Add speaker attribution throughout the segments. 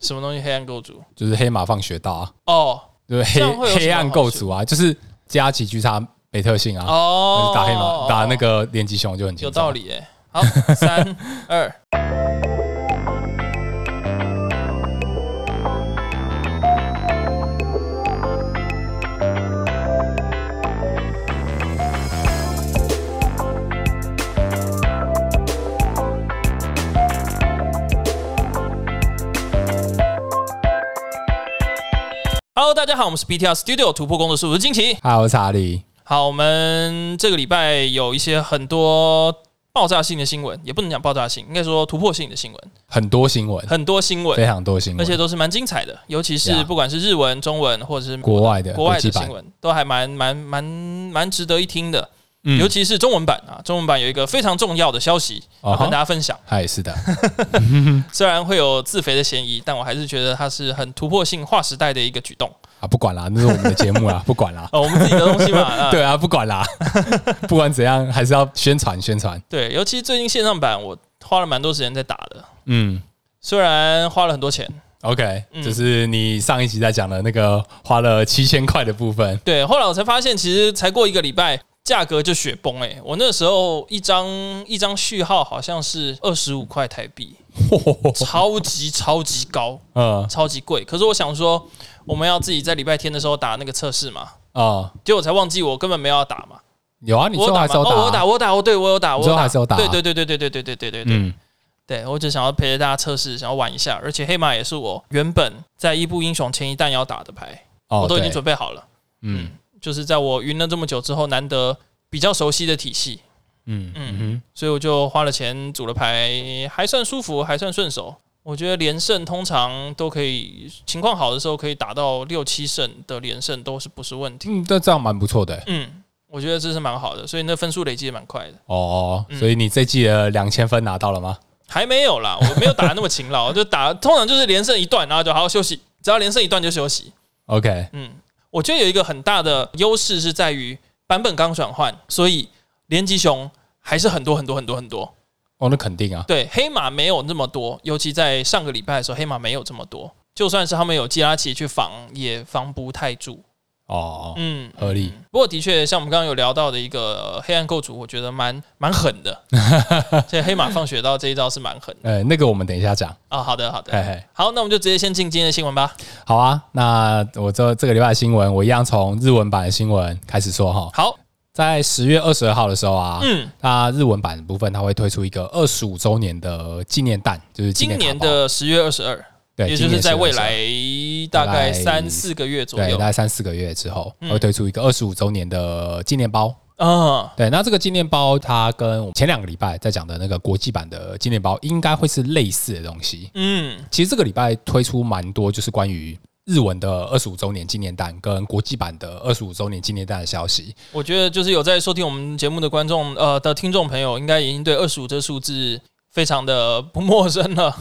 Speaker 1: 什么东西黑暗构筑？
Speaker 2: 就是黑马放学大、啊，
Speaker 1: 哦
Speaker 2: 就是
Speaker 1: 这样
Speaker 2: 黑
Speaker 1: 会有什么
Speaker 2: 黑暗构筑啊，就是加几句差没特性啊，
Speaker 1: 哦
Speaker 2: 就是，打黑马打那个连击熊就很
Speaker 1: 有
Speaker 2: 轻松
Speaker 1: 道。理哎、好， 三二，Hello，大家好，我们是 BTR Studio 突破工作室，我是金奇，
Speaker 2: 嗨，我是查理，
Speaker 1: 好，我们这个礼拜有一些很多爆炸性的新闻，也不能讲爆炸性，应该说突破性的新闻，
Speaker 2: 很多新闻，
Speaker 1: 很多新闻
Speaker 2: 非，常多新
Speaker 1: 而
Speaker 2: 闻，
Speaker 1: 且都是蛮精彩的，尤其是
Speaker 2: Yeah
Speaker 1: 不管是日文、中文或者是
Speaker 2: 国外的
Speaker 1: 国外
Speaker 2: 国际
Speaker 1: 的
Speaker 2: 版
Speaker 1: 新闻，都还蛮蛮蛮蛮值得一听的。
Speaker 2: 嗯
Speaker 1: 尤其是中文版啊，中文版有一个非常重要的消息要
Speaker 2: 哦吼
Speaker 1: 跟大家分享。
Speaker 2: 嗨，是的，
Speaker 1: 虽然会有自肥的嫌疑，但我还是觉得它是很突破性划时代的一个举动。
Speaker 2: 啊，不管啦，那是我们的节 目啦，不管啦，
Speaker 1: 呃，我们自己的东西嘛，啊
Speaker 2: 对啊，不管 啦，不管怎样，还是要宣传宣传，
Speaker 1: 对，尤其最近线上版，我花了蛮多时间在打的，
Speaker 2: 嗯。
Speaker 1: 虽然花了很多钱。
Speaker 2: OK，、
Speaker 1: 嗯
Speaker 2: 就是你上一集在讲的那个花了七千块的 部分，
Speaker 1: 对，后来我才发现，其实才过一个礼拜，价格就雪崩哎、我那时候一张一张序号好像是二十五块台币，超级超级高，
Speaker 2: 嗯
Speaker 1: 超级贵。可是我想说，我们要自己在礼拜天的时候打那个测试嘛，
Speaker 2: 啊、
Speaker 1: 结果我才忘记我根本没有要打嘛。
Speaker 2: 有啊，你
Speaker 1: 我有
Speaker 2: 最后
Speaker 1: 打
Speaker 2: 还
Speaker 1: 吗
Speaker 2: 是要打、啊
Speaker 1: 哦，我有打，我有打，我对我有打，我
Speaker 2: 你最后还是有打啊
Speaker 1: 对对对对对对对对对对对。
Speaker 2: 嗯，
Speaker 1: 对，我只想要陪着大家测试，想要玩一下，而且黑马也是我原本在伊布英雄前一弹要打的牌，
Speaker 2: 哦，
Speaker 1: 我都已经
Speaker 2: 对
Speaker 1: 准备好了。
Speaker 2: 嗯
Speaker 1: 就是在我云了这么久之后，难得比较熟悉的体系，
Speaker 2: 嗯
Speaker 1: 嗯
Speaker 2: 嗯哼
Speaker 1: 所以我就花了钱组了牌，还算舒服，还算顺手。我觉得连胜通常都可以，情况好的时候可以打到六七胜的连胜都是不是问题。
Speaker 2: 嗯，这这样蛮不错的、
Speaker 1: 嗯，我觉得这是蛮好的，所以那分数累积也蛮快的。
Speaker 2: 哦，
Speaker 1: 嗯
Speaker 2: 所以你这季的两千分拿到了吗？
Speaker 1: 还没有啦，我没有打得那么勤劳，就打通常就是连胜一段，然后就好好休息，只要连胜一段就休息。
Speaker 2: OK，
Speaker 1: 嗯，我觉得有一个很大的优势是在于版本刚转换，所以连吉熊还是很多很多很多很多。
Speaker 2: 哦，那肯定啊，
Speaker 1: 对，黑马没有那么多，尤其在上个礼拜的时候，黑马没有这么多。就算是他们有基拉奇去防，也防不太住。
Speaker 2: 哦，
Speaker 1: 嗯，
Speaker 2: 合理
Speaker 1: 嗯不过的确，像我们刚刚有聊到的一个呃黑暗构筑，我觉得蛮蛮狠 的。所以黑马放血到这一招是蛮狠的
Speaker 2: 呃，那个我们等一下讲，
Speaker 1: 啊、好的，好
Speaker 2: 嘿
Speaker 1: 的。
Speaker 2: 嘿，
Speaker 1: 好，那我们就直接先进今天的新闻吧。
Speaker 2: 好啊，那我这这个礼拜的新闻，我一样从日文版的新闻开始说哈，
Speaker 1: 好，
Speaker 2: 在十月二十二号的时候啊，
Speaker 1: 嗯，
Speaker 2: 那日文版的部分，它会推出一个二十五周年的纪念蛋，就是纪
Speaker 1: 今
Speaker 2: 念卡包
Speaker 1: 年的十月二十二，
Speaker 2: 对，
Speaker 1: 也
Speaker 2: 今
Speaker 1: 就
Speaker 2: 年
Speaker 1: 是在
Speaker 2: 10
Speaker 1: 未
Speaker 2: 月12
Speaker 1: 来大
Speaker 2: 大
Speaker 1: 概
Speaker 2: 概
Speaker 1: 三四个月左
Speaker 2: 对，
Speaker 1: 右
Speaker 2: 大。概三四个月之后，
Speaker 1: 嗯
Speaker 2: 它会推出一个二十五周年的纪念包。
Speaker 1: 嗯，
Speaker 2: 对，那这个纪念包它跟我们前两个礼拜在讲的那个国际版的纪念包应该会是类似的东西。
Speaker 1: 嗯，
Speaker 2: 其实这个礼拜推出蛮多，就是关于日文的二十五周年纪念蛋跟国际版的二十五周年纪念蛋的消息。
Speaker 1: 我觉得就是有在收听我们节目的观众呃的听众朋友，应该已经对二十五这数字非常的不陌生了，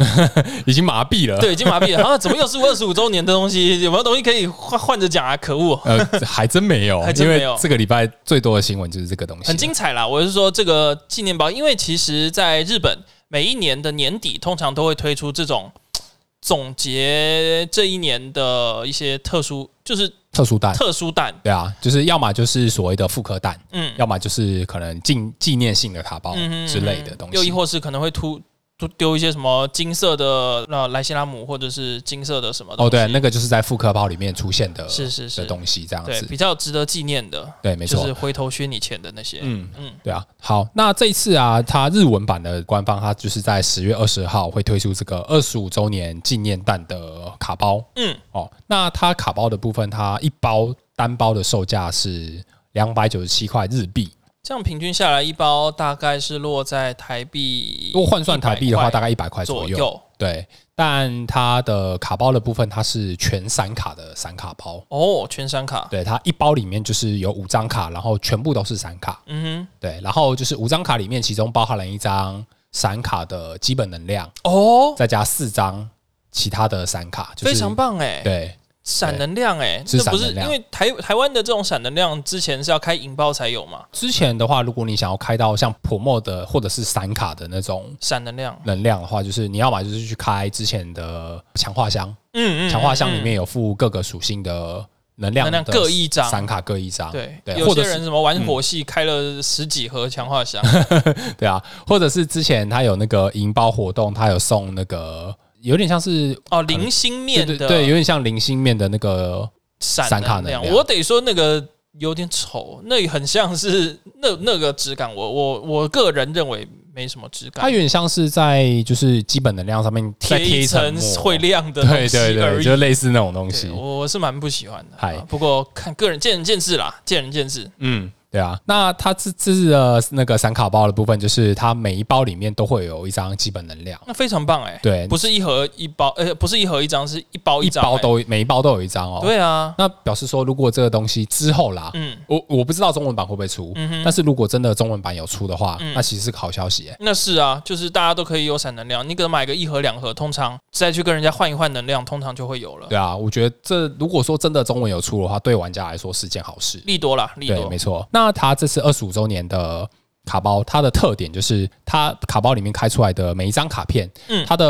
Speaker 2: 已经麻痹了，
Speaker 1: 对，已经麻痹了。啊，怎么又是二十五周年的东西？有没有东西可以换换着讲啊？可恶，
Speaker 2: 呃，还真没 有，
Speaker 1: 还真没有
Speaker 2: 因为这个礼拜最多的新闻就是这个啊东西，
Speaker 1: 很精彩啦！我是说这个纪念包，因为其实在日本每一年的年底，通常都会推出这种嘖总结这一年的一些特殊，就是
Speaker 2: 特殊蛋。
Speaker 1: 特殊蛋。
Speaker 2: 对啊，就是要么就是所谓的复刻蛋，
Speaker 1: 嗯，
Speaker 2: 要么就是可能纪纪念性的卡包之类的东
Speaker 1: 嗯
Speaker 2: 西。
Speaker 1: 又亦或是可能会突突丢一些什么金色的呃莱希拉姆，或者是金色的什么东西
Speaker 2: 哦，对，那个就是在复刻包里面出现的，
Speaker 1: 嗯是是是
Speaker 2: 的东西这样
Speaker 1: 对
Speaker 2: 子。
Speaker 1: 比较值得纪念的，
Speaker 2: 对，没
Speaker 1: 就
Speaker 2: 错。
Speaker 1: 是回头削你钱的那些。
Speaker 2: 嗯
Speaker 1: 嗯
Speaker 2: 嗯，对啊。好，那这一次啊，它日文版的官方，它就是在十月二十号会推出这个二十五周年纪念蛋的卡包
Speaker 1: 嗯，
Speaker 2: 哦。那它卡包的部分，它一包单包的售价是两百九十七块日币，
Speaker 1: 这样平均下来一包大概是落在台币，
Speaker 2: 如果换算台币的话，大
Speaker 1: 概
Speaker 2: 概一百块
Speaker 1: 左
Speaker 2: 左右。对，但它的卡包的部分，它是全散卡的散卡包。
Speaker 1: 哦，全闪卡。
Speaker 2: 对，它一包里面就是有五张卡，然后全部都是闪卡。
Speaker 1: 嗯
Speaker 2: 对，然后就是五张卡里面，其中包含了一张闪卡的基本能量，
Speaker 1: 哼，哦，
Speaker 2: 再加四张其他的闪卡，就是
Speaker 1: 非常棒哎！
Speaker 2: 对，
Speaker 1: 闪能量哎、
Speaker 2: 是
Speaker 1: 这不
Speaker 2: 闪
Speaker 1: 是
Speaker 2: 能量
Speaker 1: 因为台台湾的这种闪能量之前是要开引爆才有嘛？
Speaker 2: 之前的话，如果你想要开到像 Promo 的或者是闪卡的那种
Speaker 1: 闪能量，
Speaker 2: 能量的话，就是你要么就是去开之前的强化箱，
Speaker 1: 嗯嗯，
Speaker 2: 强化箱
Speaker 1: 嗯
Speaker 2: 里面有附各个属性的能量
Speaker 1: 能量
Speaker 2: 的
Speaker 1: 各一张
Speaker 2: 闪卡各一张，
Speaker 1: 对
Speaker 2: 啊对，
Speaker 1: 有
Speaker 2: 或者
Speaker 1: 些
Speaker 2: 是嗯
Speaker 1: 人什么玩火系开了十几盒强化 箱，哦
Speaker 2: 对啊，或者是之前他有那个银包活动，他有送那个有点像是
Speaker 1: 哦，零星面
Speaker 2: 对
Speaker 1: 的
Speaker 2: 对，有点像零星面的那个，
Speaker 1: 闪
Speaker 2: 闪卡能
Speaker 1: 能
Speaker 2: 量
Speaker 1: 量，我得说那个有点丑，那很像是那那个质感，我我我个人认为没什么质
Speaker 2: 它
Speaker 1: 感，
Speaker 2: 有点像是在就是基本能量上面再贴
Speaker 1: 一
Speaker 2: 层
Speaker 1: 层
Speaker 2: 膜
Speaker 1: 会亮的东
Speaker 2: 对
Speaker 1: 西
Speaker 2: 对
Speaker 1: 而
Speaker 2: 对，
Speaker 1: 已。
Speaker 2: 就类似那种东西
Speaker 1: 对，我我是蛮不喜欢的
Speaker 2: 嗨
Speaker 1: 啊，不过看个人见仁见智啦，见仁见智。
Speaker 2: 嗯。对啊，那它这这次的那个闪卡包的部分，就是它每一包里面都会有一张基本能量，
Speaker 1: 那非常棒哎、
Speaker 2: 对
Speaker 1: 不是一盒一包，呃，不是一盒一张，是一包
Speaker 2: 一
Speaker 1: 张、欸，
Speaker 2: 包都每一包都有一张哦。，
Speaker 1: 对啊，
Speaker 2: 那表示说，如果这个东西之后啦，
Speaker 1: 嗯
Speaker 2: 我我不知道中文版会不会出，
Speaker 1: 嗯哼，
Speaker 2: 但是如果真的中文版有出的话，
Speaker 1: 嗯
Speaker 2: 那其实是个好消息欸耶。
Speaker 1: 那是啊，就是大家都可以有闪能量，你可能买个一盒两盒，通常再去跟人家换一换能量，通常就会有了，
Speaker 2: 对啊，我觉得这如果说真的中文有出的话，对玩家来说是件好事。
Speaker 1: 利多啦，利
Speaker 2: 对，
Speaker 1: 多
Speaker 2: 没，错。那它这次二十五周年的卡包，它的特点就是它卡包里面开出来的每一张卡片，
Speaker 1: 嗯
Speaker 2: 它的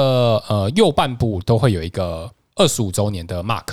Speaker 2: 呃右半部都会有一个二十五周年的 mark。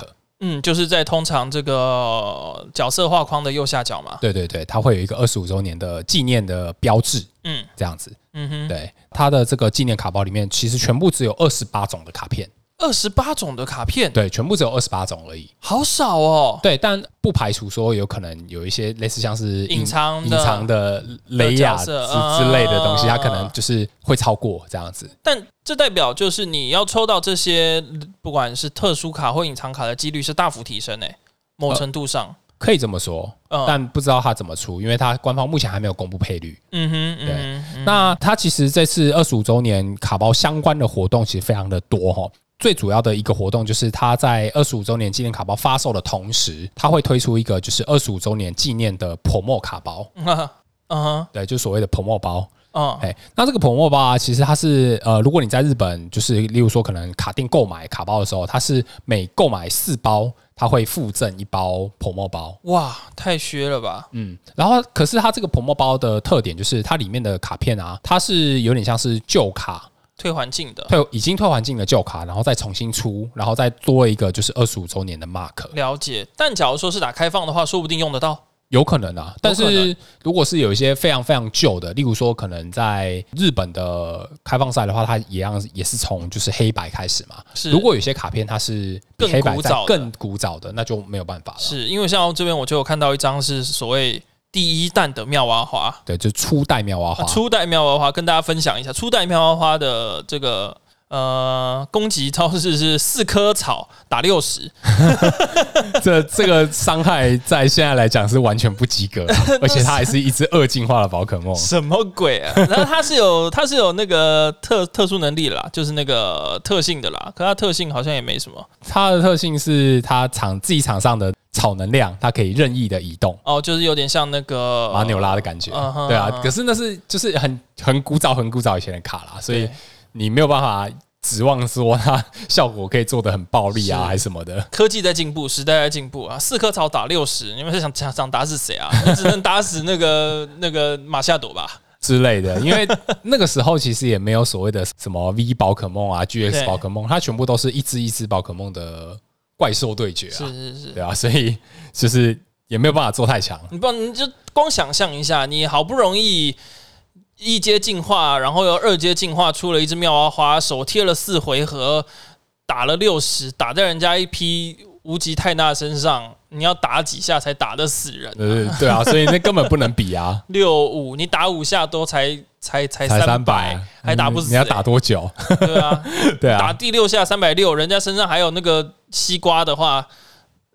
Speaker 1: 嗯，就是在通常这个角色画框的右下角嘛，
Speaker 2: 对对对，它会有一个二十五周年的纪念的标志，
Speaker 1: 嗯
Speaker 2: 这样子。
Speaker 1: 嗯哼，
Speaker 2: 对，它的这个纪念卡包里面其实全部只有二十八种的卡片，
Speaker 1: 二十八种的卡片，
Speaker 2: 对，全部只有二十八种而已。
Speaker 1: 好少哦，
Speaker 2: 对，但不排除说有可能有一些类似像是
Speaker 1: 隐藏
Speaker 2: 隐
Speaker 1: 的
Speaker 2: 藏的雷
Speaker 1: 角
Speaker 2: 亚之
Speaker 1: 色
Speaker 2: 之类的东西，它
Speaker 1: 啊
Speaker 2: 可能就是会超过这样子。
Speaker 1: 但这代表就是你要抽到这些，不管是特殊卡或隐藏卡的几率是大幅提升诶、某程度上，
Speaker 2: 可以这么说，
Speaker 1: 嗯
Speaker 2: 但不知道它怎么出，因为它官方目前还没有公布配率。
Speaker 1: 嗯哼，
Speaker 2: 对
Speaker 1: 嗯哼，嗯
Speaker 2: 那它其实这次二十五周年卡包相关的活动其实非常的多哈、最主要的一个活动就是它在二十五周年纪念卡包发售的同时，它会推出一个就是二十五周年纪念的 promo 卡包，
Speaker 1: 嗯哼 嗯
Speaker 2: 对，就所谓的 promo 包。
Speaker 1: 哼
Speaker 2: 哎、那这个 promo 包啊，其实它是呃，如果你在日本，就是例如说可能卡店购买卡包的时候，它是每购买四包，它会附赠一包 promo 包。
Speaker 1: 哇，太削了吧？
Speaker 2: 嗯，然后可是它这个 promo 包的特点就是它里面的卡片啊，它是有点像是旧卡。
Speaker 1: 退环境的，
Speaker 2: 退已经退还境的旧卡，然后再重新出，然后再多一个就是二十五周年的 mark，
Speaker 1: 了解。但假如说是打开放的话，说不定用得到。
Speaker 2: 有可能啊。但
Speaker 1: 有可
Speaker 2: 是如果是有一些非常非常旧的，例如说可能在日本的开放赛的话，它一样也是从就是黑白开始嘛。
Speaker 1: 是，
Speaker 2: 如果有些卡片它是比
Speaker 1: 更
Speaker 2: 黑白
Speaker 1: 古
Speaker 2: 再
Speaker 1: 早的
Speaker 2: 更古早的，那就没有办法了。
Speaker 1: 是因为像这边我就有看到一张是所谓第一弹的妙蛙花，
Speaker 2: 对，就初代妙蛙
Speaker 1: 啊
Speaker 2: 花，
Speaker 1: 初代妙蛙花跟大家分享一下，初代妙蛙花的这个。呃，攻击招式是四颗草打六十，
Speaker 2: 哦这这个伤害在现在来讲是完全不及格， 而且它还是一只恶进化的宝可梦。
Speaker 1: 什么鬼 啊？然后它是有它是有那个特特殊能力的啦，就是那个特性的啦，可它特性好像也没什么
Speaker 2: 它的特性是它场自己场上的草能量，它可以任意的移动。
Speaker 1: 哦，就是有点像那个
Speaker 2: 马纽拉的感觉
Speaker 1: 嗯哼，
Speaker 2: 对啊
Speaker 1: 嗯哼，
Speaker 2: 可是那是就是很很古早、很古早以前的卡啦，所以
Speaker 1: 对
Speaker 2: 你没有办法指望说它效果可以做的很暴力啊，
Speaker 1: 是
Speaker 2: 还是什么的。
Speaker 1: 科技在进步，时代在进步啊！四颗草打六十，你们是想想想打死谁啊？你只能打死那个那个马夏朵吧？
Speaker 2: 之类的，因为那个时候其实也没有所谓的什么 V 宝可梦啊、GX
Speaker 1: 对
Speaker 2: 宝可梦，它全部都是一只一只宝可梦的怪兽对决
Speaker 1: 是
Speaker 2: 啊，
Speaker 1: 是是，
Speaker 2: 对啊，所以就是也没有办法做太强。
Speaker 1: 你不你就光想象一下，你好不容易一阶进化，然后又二阶进化出了一只妙蛙花，手贴了四回合，打了六十，打在人家一匹无极泰纳身上，你要打几下才打得死人？，
Speaker 2: 呃，对啊，所以那根本不能比啊
Speaker 1: 六五，你打五下都才才才
Speaker 2: 才三
Speaker 1: 百
Speaker 2: 百，，
Speaker 1: 还打不
Speaker 2: 嗯
Speaker 1: 死、
Speaker 2: 你要打多久？
Speaker 1: 对啊，
Speaker 2: 对
Speaker 1: 打
Speaker 2: 啊，
Speaker 1: 第六下三百六，人家身上还有那个西瓜的话，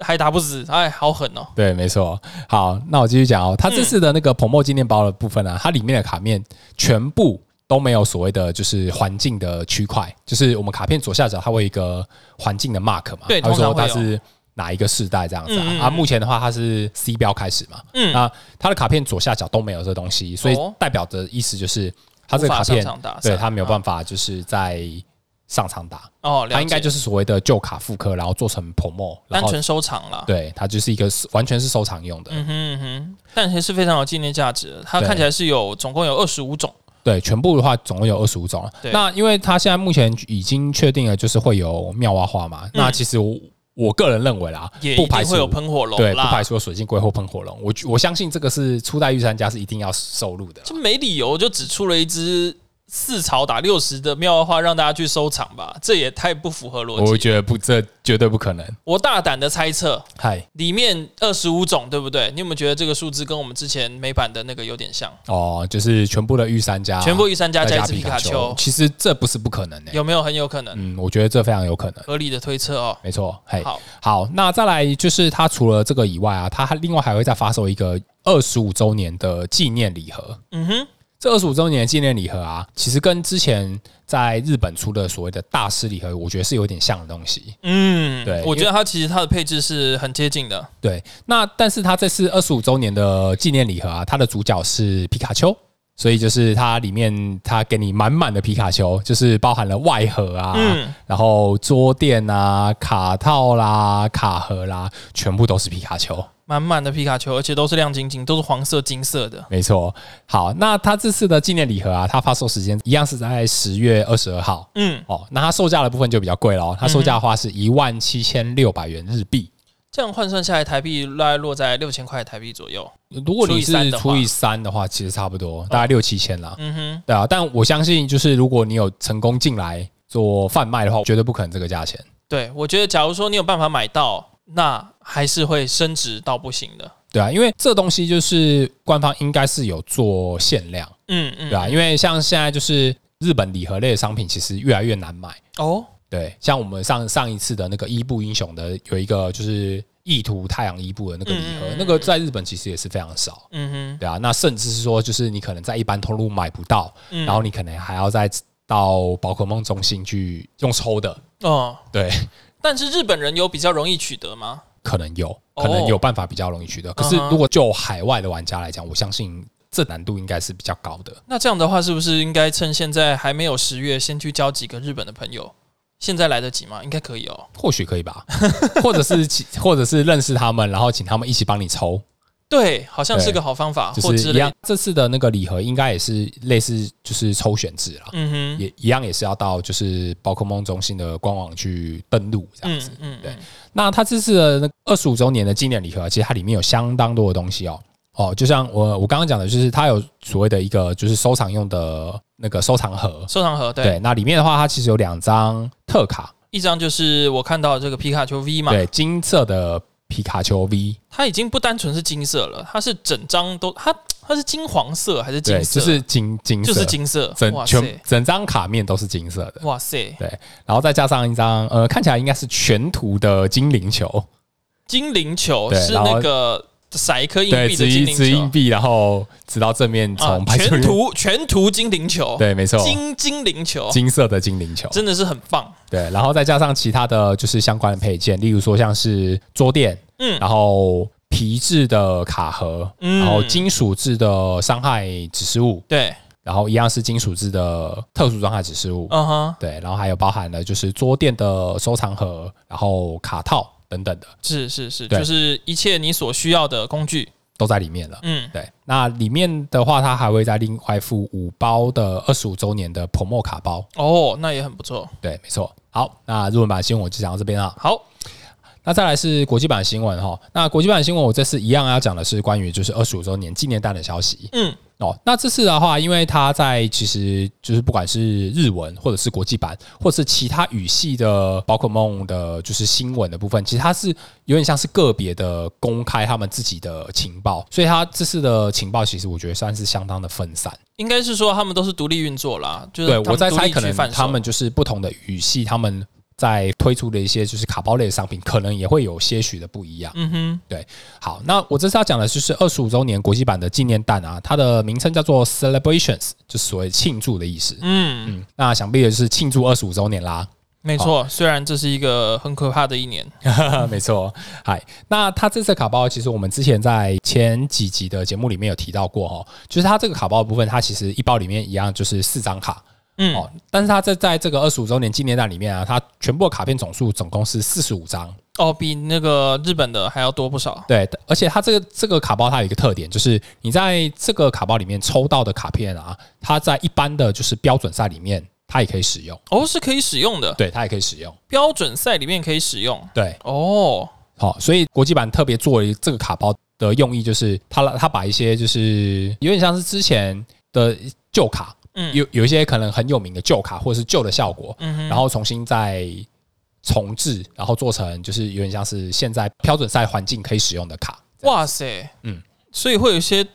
Speaker 1: 还打不死，哎，好狠哦！
Speaker 2: 对，没错。好，那我继续讲哦。
Speaker 1: 嗯
Speaker 2: 它这次的那个彭墨纪念包的部分啊，它里面的卡面全部都没有所谓的就是环境的区块，就是我们卡片左下角它会有一个环境的 mark 嘛，
Speaker 1: 对
Speaker 2: 它会说
Speaker 1: 通常
Speaker 2: 它
Speaker 1: 会有
Speaker 2: 是哪一个世代这样子啊。
Speaker 1: 嗯嗯嗯
Speaker 2: 啊，目前的话它是 C 标开始嘛，
Speaker 1: 嗯
Speaker 2: 啊，它的卡片左下角都没有这东西，所以
Speaker 1: 哦
Speaker 2: 代表的意思就是它这个
Speaker 1: 无法
Speaker 2: 卡片
Speaker 1: 上场打
Speaker 2: 对
Speaker 1: 上
Speaker 2: 它没有
Speaker 1: 啊
Speaker 2: 办法就是在上场打，
Speaker 1: 哦，了
Speaker 2: 它应该
Speaker 1: 解
Speaker 2: 就是所谓的旧卡复刻，然后做成 promo，
Speaker 1: 单
Speaker 2: 然后
Speaker 1: 纯收藏啦。
Speaker 2: 对，它就是一个完全是收藏用的，
Speaker 1: 嗯哼嗯哼，但还是非常有纪念价值的。它
Speaker 2: 对
Speaker 1: 看起来是有总共有二十五种，
Speaker 2: 对，全部的话总共有二十五种了
Speaker 1: 对。
Speaker 2: 那因为它现在目前已经确定了，就是会有妙蛙花嘛。那其实我我个人认为啦
Speaker 1: 嗯也，
Speaker 2: 不
Speaker 1: 一
Speaker 2: 排
Speaker 1: 定
Speaker 2: 除
Speaker 1: 会有喷火龙
Speaker 2: 对，不排
Speaker 1: 啦。
Speaker 2: 除有水晶龟或喷火龙。我我相信这个是初代御三家是一定要收录的啦。
Speaker 1: 就没理由就只出了一只四朝打六十的妙蛙花让大家去收藏吧，这也太不符合逻
Speaker 2: 我
Speaker 1: 辑。
Speaker 2: 觉得不，这绝对不可能。
Speaker 1: 我大胆的猜测，
Speaker 2: 嗨，
Speaker 1: 里面二十五种，对不对？你有没有觉得这个数字跟我们之前美版的那个有点像？
Speaker 2: 哦，就是全部的御三家，
Speaker 1: 全部御三家加
Speaker 2: 再
Speaker 1: 一
Speaker 2: 啊加
Speaker 1: 只皮卡丘
Speaker 2: 丘，，其实这不是不可能的、欸
Speaker 1: 有没有很有可能？
Speaker 2: 嗯，我觉得这非常有可能。
Speaker 1: 合理的推测哦。
Speaker 2: 没错，嘿，
Speaker 1: 好，
Speaker 2: 好，那再来就是它除了这个以外啊，它还另外还会再发售一个二十五周年的纪念礼盒。
Speaker 1: 嗯哼，
Speaker 2: 这二十五周年的纪念礼盒啊，其实跟之前在日本出的所谓的大师礼盒，我觉得是有点像的东西。
Speaker 1: 嗯，
Speaker 2: 对
Speaker 1: 我觉得它其实它的配置是很接近的。
Speaker 2: 对，那但是它这次二十五周年的纪念礼盒啊，它的主角是皮卡丘，所以就是它里面它给你满满的皮卡丘，就是包含了外盒啊，
Speaker 1: 嗯
Speaker 2: 然后桌垫啊、卡套啦、卡盒啦，全部都是皮卡丘。
Speaker 1: 满满的皮卡丘，而且都是亮晶晶，都是黄色、金色的。
Speaker 2: 没错，好，那它这次的纪念礼盒啊，它发售时间一样是在十月二十二号。
Speaker 1: 嗯，
Speaker 2: 哦，那它售价的部分就比较贵了哦，它售价的话是一万七千六百元日币。
Speaker 1: 这样换算下来，台币大概落在六千块台币左右。
Speaker 2: 如果你是
Speaker 1: 除
Speaker 2: 除
Speaker 1: 以
Speaker 2: 以三的话，其实差不多大概六七千啦。
Speaker 1: 嗯哼，
Speaker 2: 对啊，但我相信就是如果你有成功进来做贩卖的话，绝对不可能这个价钱。
Speaker 1: 对，我觉得假如说你有办法买到，那还是会升值到不行的。
Speaker 2: 对啊，因为这东西就是官方应该是有做限量，
Speaker 1: 嗯嗯，
Speaker 2: 对啊，因为像现在就是日本礼盒类的商品其实越来越难买。
Speaker 1: 哦，
Speaker 2: 对，像我们上上一次的那个伊布英雄的有一个就是意图太阳伊布的那个礼盒，
Speaker 1: 嗯嗯嗯
Speaker 2: 那个在日本其实也是非常少。
Speaker 1: 嗯
Speaker 2: 对啊，那甚至是说，就是你可能在一般通路买不到，
Speaker 1: 哼，嗯
Speaker 2: 然后你可能还要再到宝可梦中心去用抽的，
Speaker 1: 哦，
Speaker 2: 对，
Speaker 1: 但是日本人有比较容易取得吗？
Speaker 2: 可能有，
Speaker 1: 哦
Speaker 2: 可能有办法比较容易取得。可是
Speaker 1: 嗯哼
Speaker 2: 如果就海外的玩家来讲，我相信这难度应该是比较高的。
Speaker 1: 那这样的话，是不是应该趁现在还没有十月，先去交几个日本的朋友？现在来得及吗？应该可以哦。
Speaker 2: 或许可以吧， 或者是请或者是认识他们，然后请他们一起帮你抽，
Speaker 1: 对，好像是
Speaker 2: 对
Speaker 1: 个好方法，
Speaker 2: 就
Speaker 1: 啊或
Speaker 2: 是
Speaker 1: 之
Speaker 2: 一
Speaker 1: 类
Speaker 2: 样
Speaker 1: 的。。
Speaker 2: 这次的那个礼盒应该也是类似，就是抽选制啦，
Speaker 1: 嗯哼，
Speaker 2: 也一样也是要到就是宝可梦中心的官网去登录这样子。
Speaker 1: 嗯嗯，
Speaker 2: 对
Speaker 1: 嗯，
Speaker 2: 那它这次的二十五周年的纪念礼盒，其实它里面有相当多的东西哦。哦，就像我我刚刚讲的，就是它有所谓的一个就是收藏用的那个收藏盒，
Speaker 1: 收藏盒对，
Speaker 2: 对，那里面的话，它其实有两张特卡，
Speaker 1: 一张就是我看到的这个皮卡丘 V 嘛，
Speaker 2: 对，金色的皮卡丘 V，
Speaker 1: 它已经不单纯是金色了，它是整张都它它是金黄色还是金
Speaker 2: 对，
Speaker 1: 色？
Speaker 2: 就是金金色，
Speaker 1: 就是金色，哇塞
Speaker 2: 整全整张卡面都是金色的，
Speaker 1: 哇塞，
Speaker 2: 然后再加上一张呃，看起来应该是全图的精灵球，
Speaker 1: 精灵球
Speaker 2: 对
Speaker 1: 是
Speaker 2: 然后
Speaker 1: 那个撒一颗硬
Speaker 2: 对，
Speaker 1: 币的
Speaker 2: 掷
Speaker 1: 精
Speaker 2: 一
Speaker 1: 灵
Speaker 2: 掷硬
Speaker 1: 球
Speaker 2: 币，然后直到正面
Speaker 1: 啊
Speaker 2: 从，排球
Speaker 1: 全
Speaker 2: 员
Speaker 1: 图全图精灵球，
Speaker 2: 对，没错，
Speaker 1: 金哦精灵球
Speaker 2: 金色的精灵球，
Speaker 1: 真的是很棒，
Speaker 2: 对，然后再加上其他的就是相关的配件，例如说像是桌垫，
Speaker 1: 嗯
Speaker 2: 然后皮质的卡盒，
Speaker 1: 嗯
Speaker 2: 然后金属制的伤害指示物，
Speaker 1: 对，
Speaker 2: 然后一样是金属制的特殊伤害指示物，
Speaker 1: 嗯哼，
Speaker 2: 对，然后还有包含了就是桌垫的收藏盒，然后卡套等等的
Speaker 1: 是是是，
Speaker 2: 对
Speaker 1: 就是一切你所需要的工具，
Speaker 2: 都在里面了。
Speaker 1: 嗯，
Speaker 2: 对，那里面的话，它还会再另外附五包的二十五周年的 promo 卡包。
Speaker 1: 哦，那也很不错，
Speaker 2: 对，没错。好，那日文版新闻我就讲到这边啊。
Speaker 1: 好，
Speaker 2: 那再来是国际版新闻哈，那国际版新闻我这次一样要讲的是关于就是二十五周年纪念蛋的消息
Speaker 1: 嗯
Speaker 2: 哦。那这次的话，因为它在其实就是不管是日文或者是国际版，或者是其他语系的宝可梦的，就是新闻的部分，其实它是有点像是个别的公开他们自己的情报，所以它这次的情报其实我觉得算是相当的分散。
Speaker 1: 应该是说他们都是独立运作啦，就是
Speaker 2: 对
Speaker 1: 他们
Speaker 2: 我在
Speaker 1: 独立
Speaker 2: 猜，可
Speaker 1: 去
Speaker 2: 能
Speaker 1: 贩售
Speaker 2: 他们就是不同的语系，他们在推出的一些就是卡包类的商品，可能也会有些许的不一样。
Speaker 1: 嗯哼，
Speaker 2: 好，那我这次要讲的就是二十五周年国际版的纪念蛋啊，它的名称叫做 Celebrations，就是所谓庆祝的意思。
Speaker 1: 嗯。
Speaker 2: 嗯，那想必也是庆祝二十五周年啦。
Speaker 1: 没错，虽然这是一个很可怕的一年，
Speaker 2: 没错，嗨，那它这次的卡包，其实我们之前在前几集的节目里面有提到过哦，就是它这个卡包的部分，它其实一包里面一样就是四张卡，
Speaker 1: 嗯
Speaker 2: 哦，但是它在在这个二十五周年纪念蛋里面啊，它全部的卡片总数总共是四十五张。
Speaker 1: 哦，比那个日本的还要多不少。
Speaker 2: 对，而且它这个这个卡包它有一个特点，就是你在这个卡包里面抽到的卡片啊，它在一般的就是标准赛里面，它也可以使用，
Speaker 1: 哦，是可以使用的，
Speaker 2: 对，它也可以使用，
Speaker 1: 标准赛里面可以使用。
Speaker 2: 对，
Speaker 1: 哦，
Speaker 2: 好、所以国际版特别做了这个卡包的用意，就是它它把一些就是有点像是之前的旧卡，
Speaker 1: 嗯
Speaker 2: 有有一些可能很有名的旧卡或者是旧的效果，
Speaker 1: 嗯哼，
Speaker 2: 然后重新再重置，然后做成就是有点像是现在标准赛环境可以使用的卡。
Speaker 1: 哇塞，
Speaker 2: 嗯
Speaker 1: 嗯，所以会有一些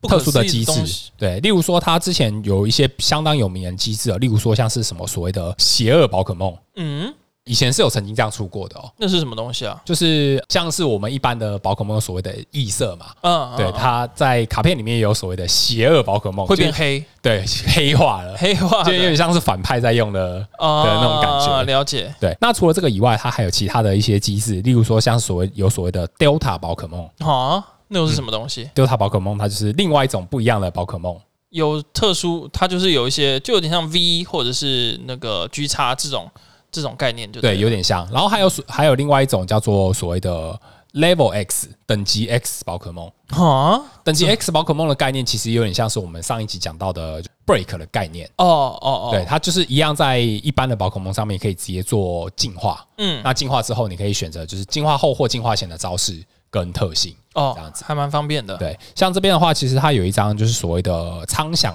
Speaker 1: 不可
Speaker 2: 特殊的
Speaker 1: 思议
Speaker 2: 机
Speaker 1: 东
Speaker 2: 制
Speaker 1: 西，
Speaker 2: 对，例如说它之前有一些相当有名的机制啊，例如说像是什么所谓的邪恶宝可梦，
Speaker 1: 嗯，
Speaker 2: 以前是有曾经这样出过的哦，
Speaker 1: 那是什么东西啊？
Speaker 2: 就是像是我们一般的宝可梦有所谓的异色嘛，
Speaker 1: 嗯，
Speaker 2: 对，
Speaker 1: 嗯
Speaker 2: 它在卡片里面也有所谓的邪恶宝可梦，
Speaker 1: 会变
Speaker 2: 就
Speaker 1: 黑
Speaker 2: 对黑化了，
Speaker 1: 黑化
Speaker 2: 就有
Speaker 1: 的
Speaker 2: 点像是反派在用的。
Speaker 1: 啊
Speaker 2: 的那种感觉
Speaker 1: 了解
Speaker 2: 对，那除了这个以外，它还有其他的一些机制，例如说像所谓有所谓的 Delta 宝可梦
Speaker 1: 啊，那又是什么东西？
Speaker 2: ，Delta 宝可梦它就是另外一种不一样的宝可梦。
Speaker 1: 有特殊，它就是有一些，就有点像 V 或者是那个 G 叉这种这种概念就，
Speaker 2: 对，有点像。然后还有所还有另外一种叫做所谓的 Level X 等级 X 宝可梦，
Speaker 1: 啊，
Speaker 2: 等级 X 宝可梦的概念其实有点像是我们上一集讲到的 Break 的概念。
Speaker 1: 哦哦哦，
Speaker 2: 对，，它就是一样，在一般的宝可梦上面可以直接做进化。
Speaker 1: 嗯，
Speaker 2: 那进化之后，你可以选择就是进化后或进化前的招式跟特性。这样
Speaker 1: 哦，
Speaker 2: 子
Speaker 1: 还蛮方便的，
Speaker 2: 对，像这边的话，其实它有一张就是所谓的苍响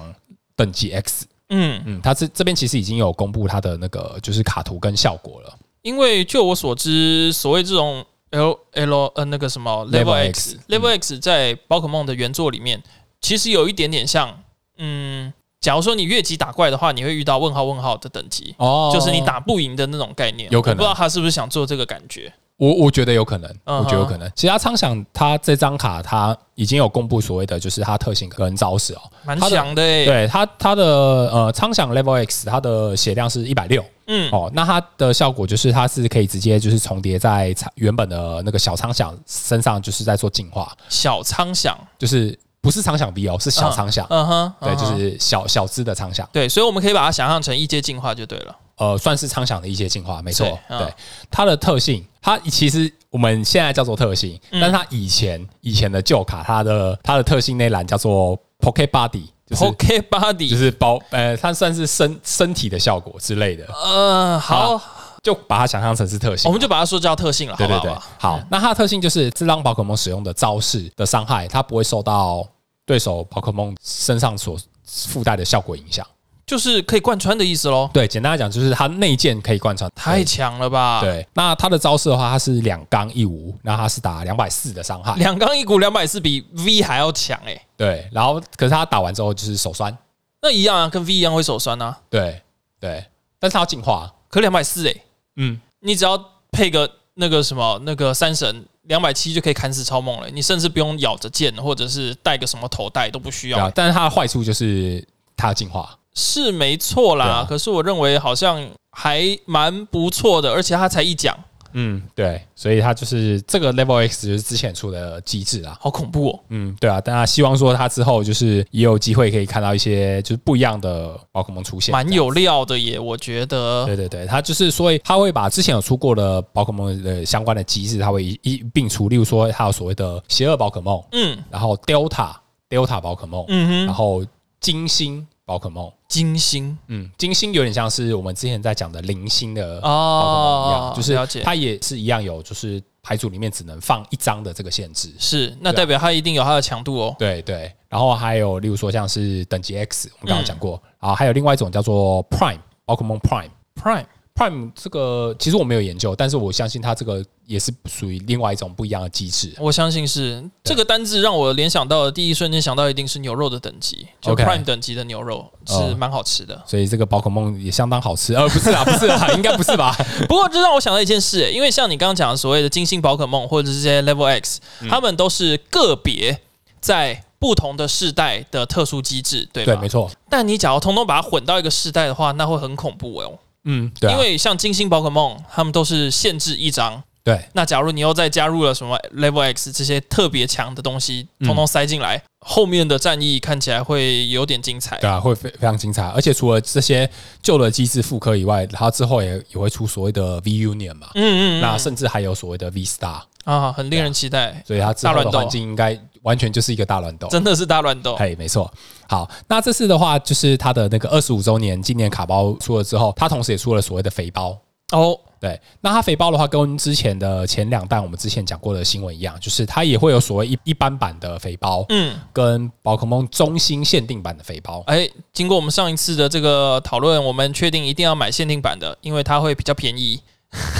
Speaker 2: 等级 X，
Speaker 1: 嗯，
Speaker 2: 嗯，它这这边其实已经有公布它的那个就是卡图跟效果了。
Speaker 1: 因为就我所知，所谓这种 L L 呃那个什么
Speaker 2: Level
Speaker 1: Level
Speaker 2: X
Speaker 1: X Level X 在宝可梦的原作里面，其实有一点点像，嗯，假如说你越级打怪的话，你会遇到问号问号的等级，
Speaker 2: 哦
Speaker 1: 就是你打不赢的那种概念。
Speaker 2: 有可能
Speaker 1: 我不知道他是不是想做这个感觉。
Speaker 2: 我我觉得有可能，
Speaker 1: 嗯哼
Speaker 2: 我觉得有可能。其实他苍响他这张卡，他已经有公布所谓的就是他特性跟招式哦。
Speaker 1: 蛮
Speaker 2: 它的
Speaker 1: 强的欸诶、
Speaker 2: 对他他的呃苍响 Level X，它的血量是一百六
Speaker 1: 嗯，
Speaker 2: 哦。那它的效果就是它是可以直接就是重叠在苍原本的那个小苍响身上，就是在做进化，
Speaker 1: 小苍响，
Speaker 2: 就是不是苍响 V 哦，是小苍响，
Speaker 1: 嗯哼，
Speaker 2: 对，
Speaker 1: 嗯
Speaker 2: 就
Speaker 1: 哼
Speaker 2: 是小小只的苍响，
Speaker 1: 对，所以我们可以把它想象成一阶进化就对了。
Speaker 2: 呃，算是苍响的一些进化，没错。
Speaker 1: 对嗯
Speaker 2: 对它的特性，它其实我们现在叫做特性，
Speaker 1: 嗯
Speaker 2: 但它以前以前的旧卡，它的它的特性那栏叫做 Pocket Body，就是、
Speaker 1: OK
Speaker 2: 就
Speaker 1: body，
Speaker 2: 是包呃，它算是身身体的效果之类的，
Speaker 1: 呃，好，
Speaker 2: 就把它想象成是特性。
Speaker 1: 我们就把它说叫特性了，
Speaker 2: 啊对
Speaker 1: 好不
Speaker 2: 对
Speaker 1: 好？嗯
Speaker 2: 对，好，那它的特性就是这张宝可梦使用的招式的伤害，它不会受到对手宝可梦身上所附带的效果影响。
Speaker 1: 就是可以贯穿的意思喽。
Speaker 2: 对，简单来讲就是它内建可以贯穿，
Speaker 1: 太强了吧？，
Speaker 2: 对，那它的招式的话，它是两刚一无，那它是打两百四的伤害，
Speaker 1: 两钢一股两百四比 V 还要强哎、
Speaker 2: 对，然后可是它打完之后就是手酸，
Speaker 1: 那一样啊，跟 V 一样会手酸啊。
Speaker 2: 对对，但是它要进化，
Speaker 1: 可两百四哎，
Speaker 2: 嗯，
Speaker 1: 你只要配个那个什么那个三神两百七就可以砍死超梦了，你甚至不用咬着剑或者是戴个什么头带都不需
Speaker 2: 对啊
Speaker 1: 要，，
Speaker 2: 但是它的坏处就是它要进化，
Speaker 1: 是没错啦。
Speaker 2: 对啊
Speaker 1: 可是我认为好像还蛮不错的，而且它才一讲，
Speaker 2: 嗯，对，所以它就是这个 Level X 就是之前出的机制啦。
Speaker 1: 好恐怖哦。
Speaker 2: 嗯，对啊，大家希望说它之后就是也有机会可以看到一些就是不一样的宝可梦出现，
Speaker 1: 蛮
Speaker 2: 这样
Speaker 1: 有料的耶，我觉得。
Speaker 2: 对对对，它就是所以它会把之前有出过的宝可梦的相关的机制，它会一一并出，例如说它有所谓的邪恶宝可梦，
Speaker 1: 嗯
Speaker 2: 然后 Delta Delta 宝可梦，
Speaker 1: 嗯哼，
Speaker 2: 然后金星宝可梦，
Speaker 1: 金星
Speaker 2: 嗯，金星有点像是我们之前在讲的零星的宝可梦一样，
Speaker 1: 哦，了
Speaker 2: 就是
Speaker 1: 解。
Speaker 2: 它也是一样有就是牌组里面只能放一张的这个限制，
Speaker 1: 是，那
Speaker 2: 对啊
Speaker 1: 代表它一定有它的强度哦。
Speaker 2: 对对，然后还有例如说像是等级 X，我们刚刚讲
Speaker 1: 嗯
Speaker 2: 过，啊、还有另外一种叫做 Prime 宝可梦 Prime。
Speaker 1: Prime，
Speaker 2: Prime 这个其实我没有研究，但是我相信它这个也是属于另外一种不一样的机制。
Speaker 1: 我相信是这个单字让我联想到的第一瞬间想到一定是牛肉的等级，就
Speaker 2: OK
Speaker 1: Prime 等级的牛肉
Speaker 2: 哦
Speaker 1: 是蛮好吃的。
Speaker 2: 所以这个宝可梦也相当好吃，呃，不是啦，不 是啦，应该不是吧？
Speaker 1: 不过这让我想到一件事，因为像你刚刚讲的所谓的金星宝可梦或者是这些 Level X，他
Speaker 2: 嗯
Speaker 1: 们都是个别在不同的世代的特殊机制，对
Speaker 2: 对，
Speaker 1: 吧
Speaker 2: 没？错，
Speaker 1: 但你假如通通把它混到一个世代的话，那会很恐怖哦。
Speaker 2: 嗯，对啊、
Speaker 1: 因为像金星宝可梦，他们都是限制一张，
Speaker 2: 对，
Speaker 1: 那假如你又再加入了什么 Level X 这些特别强的东西，
Speaker 2: 嗯
Speaker 1: 通通塞进来，后面的战役看起来会有点精彩。
Speaker 2: 对啊，会非非常精彩。而且除了这些旧的机制复刻以外，它之后也也会出所谓的 V Union 嘛，
Speaker 1: 嗯嗯
Speaker 2: 那甚至还有所谓的 V Star，
Speaker 1: 啊，很令人期待，
Speaker 2: 所以它之后
Speaker 1: 大
Speaker 2: 的
Speaker 1: 乱斗
Speaker 2: 环境应该完全就是一个大乱斗。
Speaker 1: 真的是大乱斗。
Speaker 2: 嘿，没错。好，那这次的话，就是它的那个二十五周年纪念卡包出了之后，它同时也出了所谓的肥包。
Speaker 1: 哦，
Speaker 2: 对，那它肥包的话，跟之前的前两弹我们之前讲过的新闻一样，就是它也会有所谓一一般版的肥包，
Speaker 1: 嗯，
Speaker 2: 跟宝可梦中心限定版的肥包。
Speaker 1: 哎，经过我们上一次的这个讨论，我们确定一定要买限定版的，因为它会比较便宜。